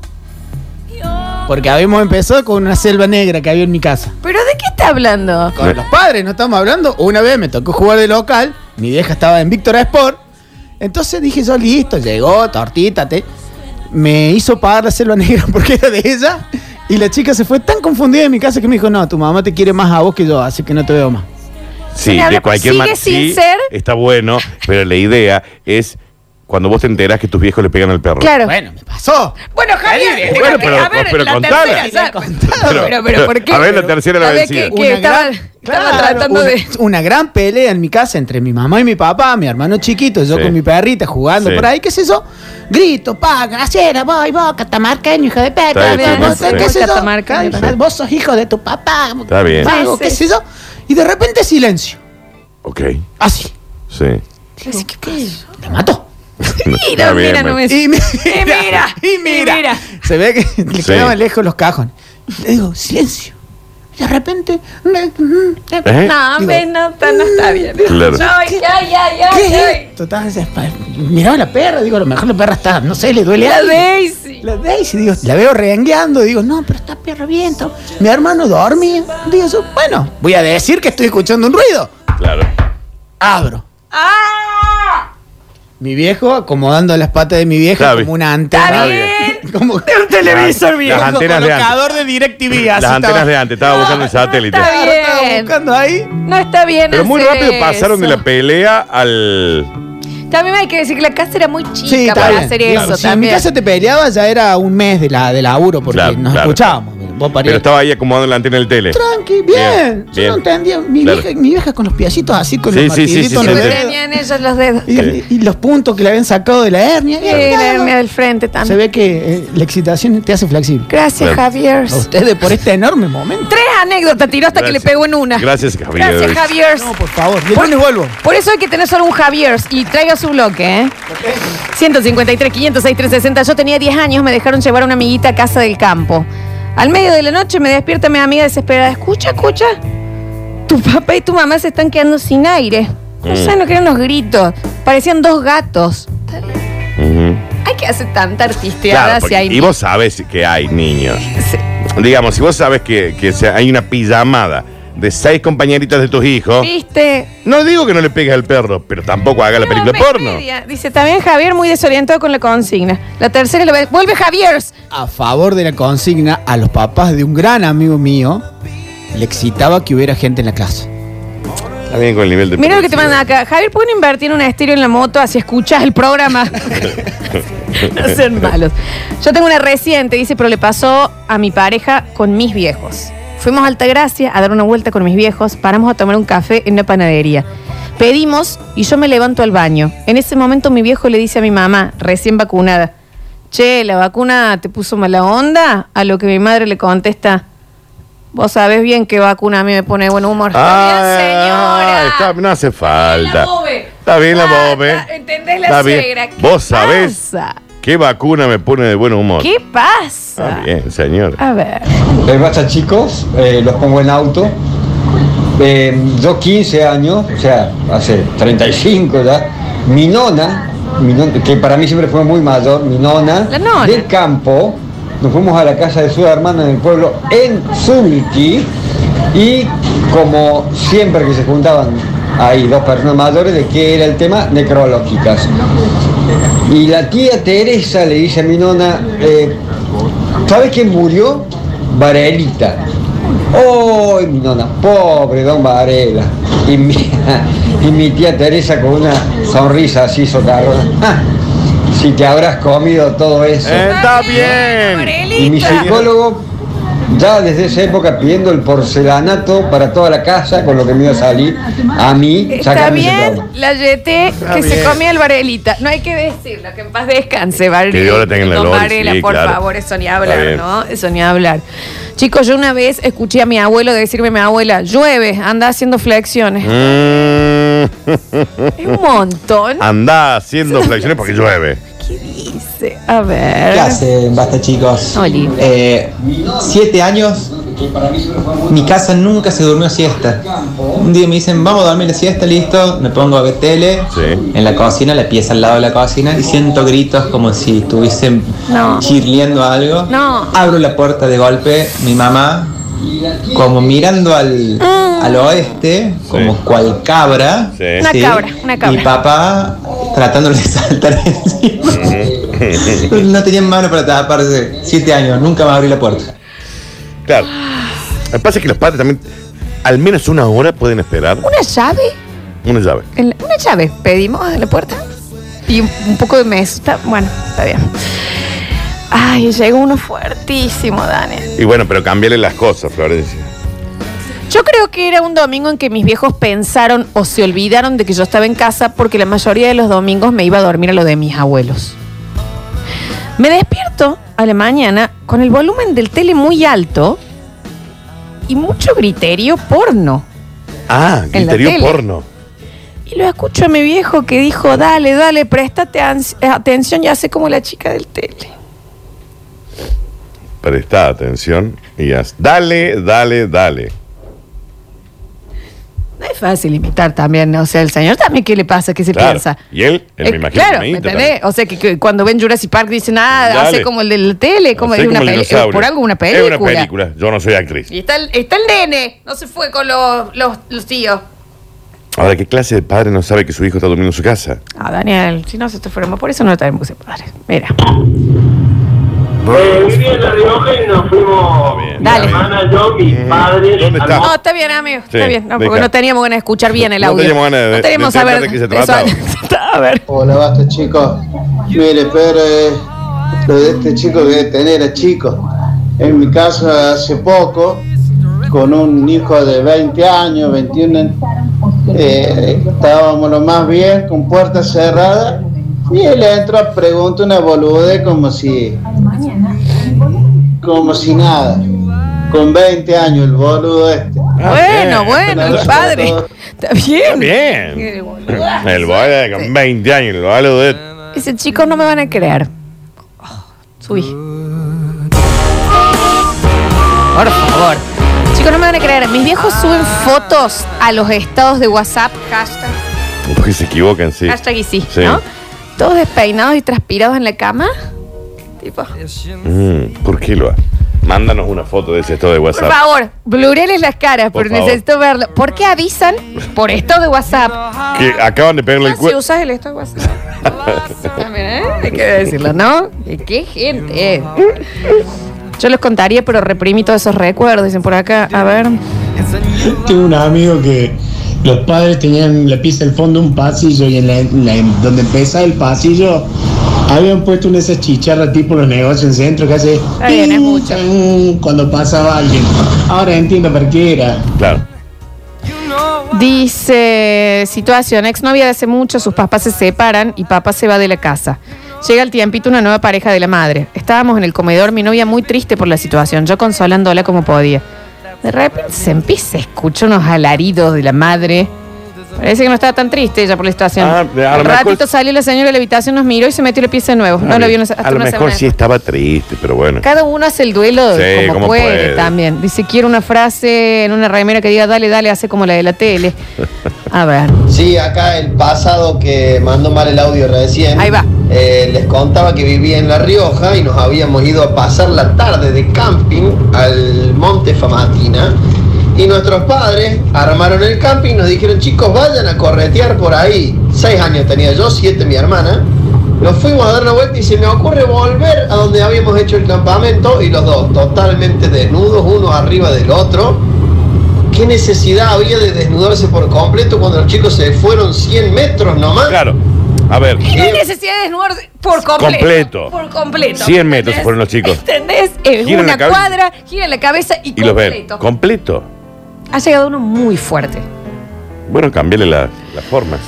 Speaker 6: Porque habíamos empezado con una selva negra que había en mi casa.
Speaker 2: ¿Pero de qué está hablando?
Speaker 6: Con los padres, no estamos hablando. Una vez me tocó jugar de local, mi vieja estaba en Victoria Sport. Entonces dije yo, listo, llegó, tortita, te. Me hizo pagar la selva negra porque era de ella. Y la chica se fue tan confundida de mi casa que me dijo, no, tu mamá te quiere más a vos que yo, así que no te veo más.
Speaker 1: Sí,
Speaker 2: Sin
Speaker 1: de
Speaker 2: hablar,
Speaker 1: cualquier
Speaker 2: sigue
Speaker 1: manera.
Speaker 2: sin ser.
Speaker 1: Está bueno, pero la idea es cuando vos te enterás que tus viejos le pegan al perro.
Speaker 2: Claro.
Speaker 6: Bueno, me pasó.
Speaker 2: Bueno, Javier,
Speaker 1: Bueno,
Speaker 2: eh,
Speaker 1: pero-
Speaker 2: a ver,
Speaker 1: pero
Speaker 2: la
Speaker 1: contala.
Speaker 2: tercera,
Speaker 6: Pero-
Speaker 2: pero, pero, pero, ¿por qué?
Speaker 1: A ver, la tercera la
Speaker 2: A ver,
Speaker 1: vencida.
Speaker 2: que- que estaba, estaba
Speaker 6: Claro,
Speaker 2: tratando
Speaker 6: una,
Speaker 2: de...
Speaker 6: una gran pelea en mi casa entre mi mamá y mi papá, mi hermano chiquito, yo
Speaker 1: Sí.
Speaker 6: con mi perrita jugando
Speaker 1: Sí.
Speaker 6: por ahí, qué es eso? Grito, pa, gracera, voy, vos, catamarqueño, hijo de
Speaker 1: Está
Speaker 6: Pepe,
Speaker 1: bien,
Speaker 6: vos,
Speaker 1: sí, sí.
Speaker 6: qué sé yo.
Speaker 2: Catamarqueño.
Speaker 6: Claro, Vos sos hijo de tu papá,
Speaker 1: Está bien.
Speaker 6: vago,
Speaker 2: Sí,
Speaker 6: qué
Speaker 2: sí.
Speaker 6: sé yo. Y de repente silencio,
Speaker 1: Ok,
Speaker 6: así,
Speaker 1: sí.
Speaker 6: la mató.
Speaker 1: Está
Speaker 2: Mira,
Speaker 1: bien,
Speaker 2: mira,
Speaker 1: me-
Speaker 2: no me...
Speaker 6: Y mira,
Speaker 2: Y mira,
Speaker 6: y mira.
Speaker 2: y mira.
Speaker 6: Se ve que le
Speaker 1: Sí.
Speaker 6: quedaban lejos los cajones. Le digo, silencio. Y de repente,
Speaker 1: ¿Eh?
Speaker 2: No,
Speaker 6: Digo,
Speaker 2: ve, no, está- no está bien.
Speaker 1: Claro.
Speaker 2: No, ay, ay, ay, ay,
Speaker 6: ¿Qué
Speaker 2: ay.
Speaker 6: es esto? Estaba desesper- Miraba la perra, digo, a lo mejor la perra está, no sé, le duele
Speaker 2: La
Speaker 6: algo.
Speaker 2: Daisy.
Speaker 6: La Daisy, digo, la veo rengueando, digo, no, pero está perra bien. está- Mi hermano dormía. Digo, yo, bueno, voy a decir que estoy escuchando un ruido.
Speaker 1: Claro.
Speaker 6: Abro.
Speaker 2: ¡Ah!
Speaker 6: Mi viejo acomodando las patas de mi vieja
Speaker 1: Está
Speaker 6: como
Speaker 1: bien.
Speaker 6: una
Speaker 1: Está
Speaker 6: antena.
Speaker 1: bien.
Speaker 6: Como un
Speaker 1: televisor
Speaker 6: televisor
Speaker 1: viejo.
Speaker 6: viejo.
Speaker 1: Las antenas de
Speaker 6: colocador de DirecTV.
Speaker 1: Las
Speaker 6: así
Speaker 1: antenas
Speaker 6: estaba.
Speaker 1: de antes, estaba buscando el satélite.
Speaker 2: está
Speaker 6: Claro, estaba
Speaker 2: Bien.
Speaker 6: buscando ahí.
Speaker 2: No está bien
Speaker 1: Pero muy
Speaker 2: hacer
Speaker 1: rápido
Speaker 2: eso.
Speaker 1: pasaron de la pelea al.
Speaker 2: También hay que decir que la casa era muy chica
Speaker 6: Sí, está
Speaker 2: para
Speaker 6: bien.
Speaker 2: hacer
Speaker 6: Digamos,
Speaker 2: eso
Speaker 6: si en mi
Speaker 2: también.
Speaker 6: casa te peleabas ya era un mes de, la, de laburo porque
Speaker 1: Claro,
Speaker 6: nos
Speaker 1: claro.
Speaker 6: escuchábamos. Vos
Speaker 1: Pero
Speaker 6: parías
Speaker 1: estaba ahí acomodando la antena del tele.
Speaker 6: tranqui,
Speaker 1: Bien,
Speaker 6: bien. Yo
Speaker 1: bien.
Speaker 6: no entendía. Mi,
Speaker 1: Claro.
Speaker 6: vieja, mi vieja con los piecitos así, con
Speaker 1: Sí,
Speaker 6: los
Speaker 1: sí, sí,
Speaker 6: martillitos
Speaker 1: sí,
Speaker 6: en los
Speaker 1: sí, sí.
Speaker 6: dedos.
Speaker 2: Tenían ellos los dedos.
Speaker 6: Y,
Speaker 1: Sí.
Speaker 6: y los puntos que le habían sacado de la hernia.
Speaker 2: Sí, la hernia del frente
Speaker 6: Se
Speaker 2: también.
Speaker 6: ve que eh, la excitación te hace flexible.
Speaker 2: Gracias,
Speaker 1: Claro.
Speaker 2: Javier.
Speaker 6: A ustedes por este enorme momento.
Speaker 2: Tres anécdotas tiró hasta que
Speaker 1: Gracias.
Speaker 2: le pegó en una.
Speaker 1: Gracias, Javier.
Speaker 2: Gracias, Javier.
Speaker 6: No, por favor. Y el lunes vuelvo.
Speaker 2: Por eso hay que tener solo un Javier y traiga su bloque, ¿eh? 153, 506, 360. Yo tenía 10 años, me dejaron llevar a una amiguita a casa del campo. Al medio de la noche me despierta mi amiga desesperada. Escucha, escucha. Tu papá y tu mamá se están quedando sin aire. No
Speaker 1: Mm.
Speaker 2: saben lo que eran los gritos. Parecían dos gatos.
Speaker 1: Ujú.
Speaker 2: Hay que hacer tanta artisteada
Speaker 1: Claro,
Speaker 2: si
Speaker 1: porque-
Speaker 2: hay
Speaker 1: y vos sabes que hay niños. Digamos, si vos sabes que, que se- hay una pijamada de seis compañeritas de tus hijos,
Speaker 2: ¿Viste?
Speaker 1: no digo que no le pegues al perro, pero tampoco haga la película
Speaker 2: No,
Speaker 1: porno.
Speaker 2: media. Dice, también Javier muy desorientado con la consigna. La tercera le va a- ¡Vuelve Javier!
Speaker 6: A favor de la consigna, a los papás de un gran amigo mío le excitaba que hubiera gente en la clase.
Speaker 1: Está bien con el nivel de
Speaker 2: Mira lo que te
Speaker 1: publicidad.
Speaker 2: mandan acá. Javier, ¿pueden invertir en un estéreo en la moto así escuchas el programa? no sean malos. Yo tengo una reciente, dice, pero le pasó a mi pareja con mis viejos. Fuimos a Altagracia a dar una vuelta con mis viejos, paramos a tomar un café en una panadería. Pedimos y yo me levanto al baño. En ese momento mi viejo le dice a mi mamá, recién vacunada, che, la vacuna te puso mala onda, a lo que mi madre le contesta, vos sabés bien que vacuna a mí me pone buen humor. Está bien,
Speaker 1: Ah,
Speaker 2: señora.
Speaker 1: está- no hace
Speaker 2: Está bien
Speaker 1: falta.
Speaker 2: la bobe.
Speaker 1: Está bien la
Speaker 2: Ah,
Speaker 1: bobe.
Speaker 2: está- ¿Entendés la
Speaker 1: Está bien.
Speaker 2: suegra? ¿Qué
Speaker 1: Vos sabés
Speaker 2: pasa?
Speaker 1: ¿Qué vacuna me pone de buen humor?
Speaker 2: ¿Qué pasa? Ah,
Speaker 1: Está Bien, señor.
Speaker 2: A ver.
Speaker 13: Les basta chicos, eh, los pongo en auto. Eh, yo 15 años, o sea, hace 35 ya, mi nona, mi non- que para mí siempre fue muy mayor, mi nona, de campo, nos fuimos a la casa de su hermana en el pueblo en Zulki y como siempre que se juntaban ahí dos personas mayores, ¿de qué era el tema? Necrológicas. Y la tía Teresa le dice a mi nona, eh, ¿sabes quién murió? Varelita. ¡Oh, mi nona! ¡Pobre don Varela! Y mi, y mi tía Teresa con una sonrisa así socarrona. "Ja, Si te habrás comido todo eso.
Speaker 1: Está bien.
Speaker 13: Y mi psicólogo ya desde esa época pidiendo el porcelanato para toda la casa con lo que me iba a salir a mí.
Speaker 2: Está
Speaker 13: sacarme ese trauma.
Speaker 2: bien la yeté
Speaker 13: Está
Speaker 2: que se
Speaker 13: bien.
Speaker 2: comía el varelita. No hay que decirlo, que en paz descanse, varelita.
Speaker 1: Que Dios la tenga en la
Speaker 2: Don
Speaker 1: gloria,
Speaker 2: Varela,
Speaker 1: sí,
Speaker 2: por
Speaker 1: claro.
Speaker 2: favor, eso ni
Speaker 1: Está
Speaker 2: hablar,
Speaker 1: bien.
Speaker 2: ¿no? Eso ni hablar. Chicos, yo una vez escuché a mi abuelo decirme, mi abuela, llueve, anda haciendo flexiones.
Speaker 1: Mm.
Speaker 2: Es un montón.
Speaker 1: Andá haciendo flexiones porque llueve.
Speaker 2: Dice, a ver.
Speaker 14: ¿Qué hacen, basta chicos? Eh, siete años, mi casa nunca se durmió siesta. Un día me dicen, vamos a dormir la siesta, listo. Me pongo a ver tele en la cocina, la pieza al lado de la cocina, y siento gritos como si estuviesen
Speaker 2: No.
Speaker 14: chirriendo algo.
Speaker 2: No.
Speaker 14: Abro la puerta de golpe, mi mamá, como mirando al, al oeste, como cual cabra.
Speaker 2: Mm. Una cabra, una cabra.
Speaker 14: Mi papá tratándole de saltar encima. No tenían mano para taparse. Siete años, nunca más abrí la puerta.
Speaker 1: Claro. Lo que pasa es que los padres también, al menos una hora pueden esperar
Speaker 2: Una llave,
Speaker 1: una llave.
Speaker 2: en la- una llave pedimos en la puerta y un un poco de mes. Está- bueno, está bien. Ay, llegó uno fuertísimo, Dani.
Speaker 1: Y bueno, pero cambiarle las cosas, Florencia.
Speaker 2: Yo creo que era un domingo en que mis viejos pensaron o se olvidaron de que yo estaba en casa porque la mayoría de los domingos me iba a dormir a lo de mis abuelos. Me despierto a la mañana con el volumen del tele muy alto y mucho griterio porno.
Speaker 1: Ah,
Speaker 2: En la
Speaker 1: criterio
Speaker 2: tele.
Speaker 1: porno.
Speaker 2: Y lo escucho a mi viejo que dijo, dale, dale, préstate ans- atención y hace como la chica del tele.
Speaker 1: Presta atención y haz. Dale, dale, dale.
Speaker 2: No es fácil imitar también, ¿no? o sea, el señor también, ¿qué le pasa? ¿Qué se
Speaker 1: Claro.
Speaker 2: piensa?
Speaker 1: Y él, él
Speaker 2: Eh,
Speaker 1: me imagino.
Speaker 2: claro,
Speaker 1: que
Speaker 2: ¿me
Speaker 1: imita
Speaker 2: entendés? O sea, que, que cuando ven Jurassic Park dicen, ah,
Speaker 1: Dale.
Speaker 2: hace como el de la tele, como,
Speaker 1: Así
Speaker 2: es una
Speaker 1: como el
Speaker 2: peli-
Speaker 1: dinosaurio.
Speaker 2: por algo una película.
Speaker 1: Es una película. Yo no soy actriz.
Speaker 2: Y está el, está el nene, no se fue con los, los, los tíos.
Speaker 1: Ahora, ¿qué clase de padre no sabe que su hijo está durmiendo en su casa?
Speaker 2: Ah, Daniel, si no se te fuéramos, por eso no tenemos que ser padres. Mira.
Speaker 15: viví en La Rioja y nos fuimos.
Speaker 2: Dale.
Speaker 15: Mi hermana, yo, mis padres.
Speaker 1: ¿Dónde está?
Speaker 2: No, está bien, amigo.
Speaker 1: Sí,
Speaker 2: está bien. No, porque
Speaker 1: deja.
Speaker 2: no teníamos ganas de escuchar bien el
Speaker 1: No
Speaker 2: audio.
Speaker 1: teníamos ganas de-
Speaker 2: No teníamos
Speaker 1: de
Speaker 2: saber.
Speaker 1: entender de qué se
Speaker 2: eso-
Speaker 16: A ver. Hola, basta, chicos. Mire, pero eh, lo de este chico que debe tener es chico. En mi caso, hace poco, con un hijo de 20 años, 21, eh, estábamos lo más bien, con puerta cerrada, y él entra, pregunta una bolude como si, como si nada. Con 20 años, el boludo este.
Speaker 2: Ah,
Speaker 1: Ah,
Speaker 2: Bueno, bueno, el padre. Está bien.
Speaker 1: Está bien. El baile con 20 años, el baile de.
Speaker 2: Dice, chicos, no me van a creer. Oh, subí. Por favor. Chicos, no me van a creer. Mis viejos suben fotos a los estados de WhatsApp. Hashtag,
Speaker 1: Porque se equivocan, sí.
Speaker 2: hashtag y sí,
Speaker 1: Sí.
Speaker 2: ¿no? Todos despeinados y transpirados en la cama. Tipo,
Speaker 1: Mm, ¿Por qué lo hace? Mándanos una foto de ese estado de
Speaker 2: por
Speaker 1: WhatsApp.
Speaker 2: favor, blureles las caras,
Speaker 1: Por
Speaker 2: porque
Speaker 1: favor.
Speaker 2: necesito verlo. ¿Por qué avisan por estado de WhatsApp?
Speaker 1: Que acaban de pegarle el
Speaker 2: Ah, Si
Speaker 1: cuerpo.
Speaker 2: usas el estado de WhatsApp. También, ¿eh? Hay que decirlo, ¿no? ¿Qué- ¿Qué gente es? Yo los contaría, pero reprimí todos esos recuerdos. Dicen por acá, a ver.
Speaker 17: Tengo un amigo que los padres tenían la pieza al fondo un pasillo y en la- en la- en donde empezaba el pasillo habían puesto una de esas chicharras tipo los negocios en centro que hace
Speaker 2: Está bien, es
Speaker 17: ping,
Speaker 2: mucho.
Speaker 17: tan, cuando pasaba alguien. Ahora entiendo por qué era.
Speaker 1: Claro.
Speaker 2: Dice, situación, exnovia de hace mucho, sus papás se separan y papá se va de la casa. Llega al tiempito una nueva pareja de la madre. Estábamos en el comedor, mi novia muy triste por la situación, yo consolándola como podía. De repente se empieza a escuchar unos alaridos de la madre Parece que no estaba tan triste ella por la situación.
Speaker 1: Ah,
Speaker 2: Un
Speaker 1: a lo mejor-
Speaker 2: ratito salió la señora de la habitación, nos miró y se metió la pieza de nuevo. No lo vio una- hasta
Speaker 1: A lo
Speaker 2: una
Speaker 1: mejor
Speaker 2: semana.
Speaker 1: sí estaba triste, pero bueno.
Speaker 2: Cada uno hace el duelo
Speaker 1: Sí,
Speaker 2: como,
Speaker 1: como
Speaker 2: puede,
Speaker 1: puede.
Speaker 2: también. Dice, quiero una frase en una remera que diga, dale, dale, hace como la de la tele. A ver.
Speaker 18: Sí, acá el pasado que mandó mal el audio recién. Ahí va. les contaba que vivía en La Rioja y nos habíamos ido a pasar la tarde de camping al Monte Famatina. Y nuestros padres armaron el camping y nos dijeron, chicos, vayan a corretear por ahí. Seis años tenía yo, siete mi hermana. Nos fuimos a dar una vuelta y se me ocurre volver a donde habíamos hecho el campamento y los dos totalmente desnudos, uno arriba del otro. ¿Qué necesidad había de desnudarse por completo cuando los chicos se fueron 100 metros nomás?
Speaker 1: Claro. A ver.
Speaker 2: Y no hay necesidad de desnudarse por completo.
Speaker 1: Completo.
Speaker 2: Por completo.
Speaker 1: 100 metros se fueron los chicos.
Speaker 2: ¿Entendés? Es
Speaker 1: Giran
Speaker 2: una
Speaker 1: la cabeza.
Speaker 2: cuadra, gira la cabeza y,
Speaker 1: Y los ven.
Speaker 2: completo.
Speaker 1: Completo.
Speaker 2: ha llegado uno muy fuerte.
Speaker 1: Bueno, cambiale la- las formas.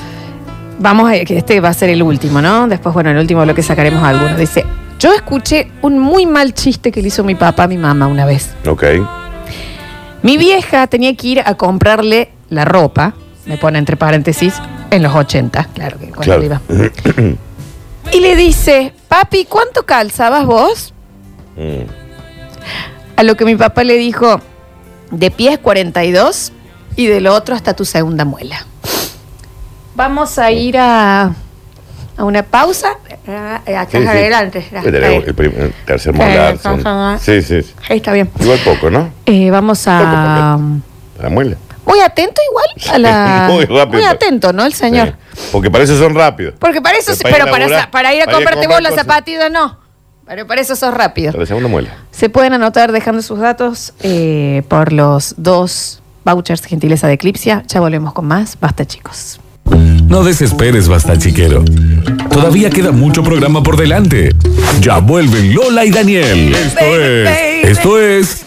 Speaker 2: Vamos a que este va a ser el último, ¿no? Después, bueno, el último lo que sacaremos alguno. Dice, yo escuché un muy mal chiste que le hizo mi papá a mi mamá una vez.
Speaker 1: Ok.
Speaker 2: Mi vieja tenía que ir a comprarle la ropa, me pone entre paréntesis, en los 80, claro que cuando
Speaker 1: Claro.
Speaker 2: iba. Y le dice, papi, ¿cuánto calzabas vos?
Speaker 1: Mm.
Speaker 2: A lo que mi papá le dijo, de pies 42 y del otro hasta tu segunda muela. Vamos a ir a, a una pausa. Ah, eh, Acá
Speaker 1: Sí, sí.
Speaker 2: adelante.
Speaker 1: Voy a tener
Speaker 2: Ahí.
Speaker 1: el prim- el tercer
Speaker 2: Eh,
Speaker 1: molar.
Speaker 2: ajá.
Speaker 1: Sí, sí. sí.
Speaker 2: Ahí está bien.
Speaker 1: Igual poco, ¿no?
Speaker 2: Eh, vamos a...
Speaker 1: La muela.
Speaker 2: Muy atento igual a la...
Speaker 1: Muy rápido.
Speaker 2: atento, ¿no? El señor.
Speaker 1: Porque para eso son rápidos.
Speaker 2: Porque para eso,
Speaker 1: Pero para ir
Speaker 2: pero
Speaker 1: a
Speaker 2: para,
Speaker 1: laburar,
Speaker 2: sa- para ir a
Speaker 1: para ir a
Speaker 2: comprarte
Speaker 1: comprar
Speaker 2: vos la
Speaker 1: cosas.
Speaker 2: zapatilla, no. Pero para eso sos rápido.
Speaker 1: Para la segunda muela.
Speaker 2: Se pueden anotar dejando sus datos eh, por los dos vouchers gentileza de Eclipsia. Ya volvemos con más. Basta, chicos.
Speaker 9: No desesperes, basta chiquero. Todavía queda mucho programa por delante. Ya vuelven Lola y Daniel. Esto es. Esto es.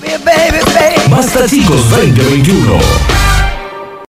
Speaker 9: Basta chicos 2021.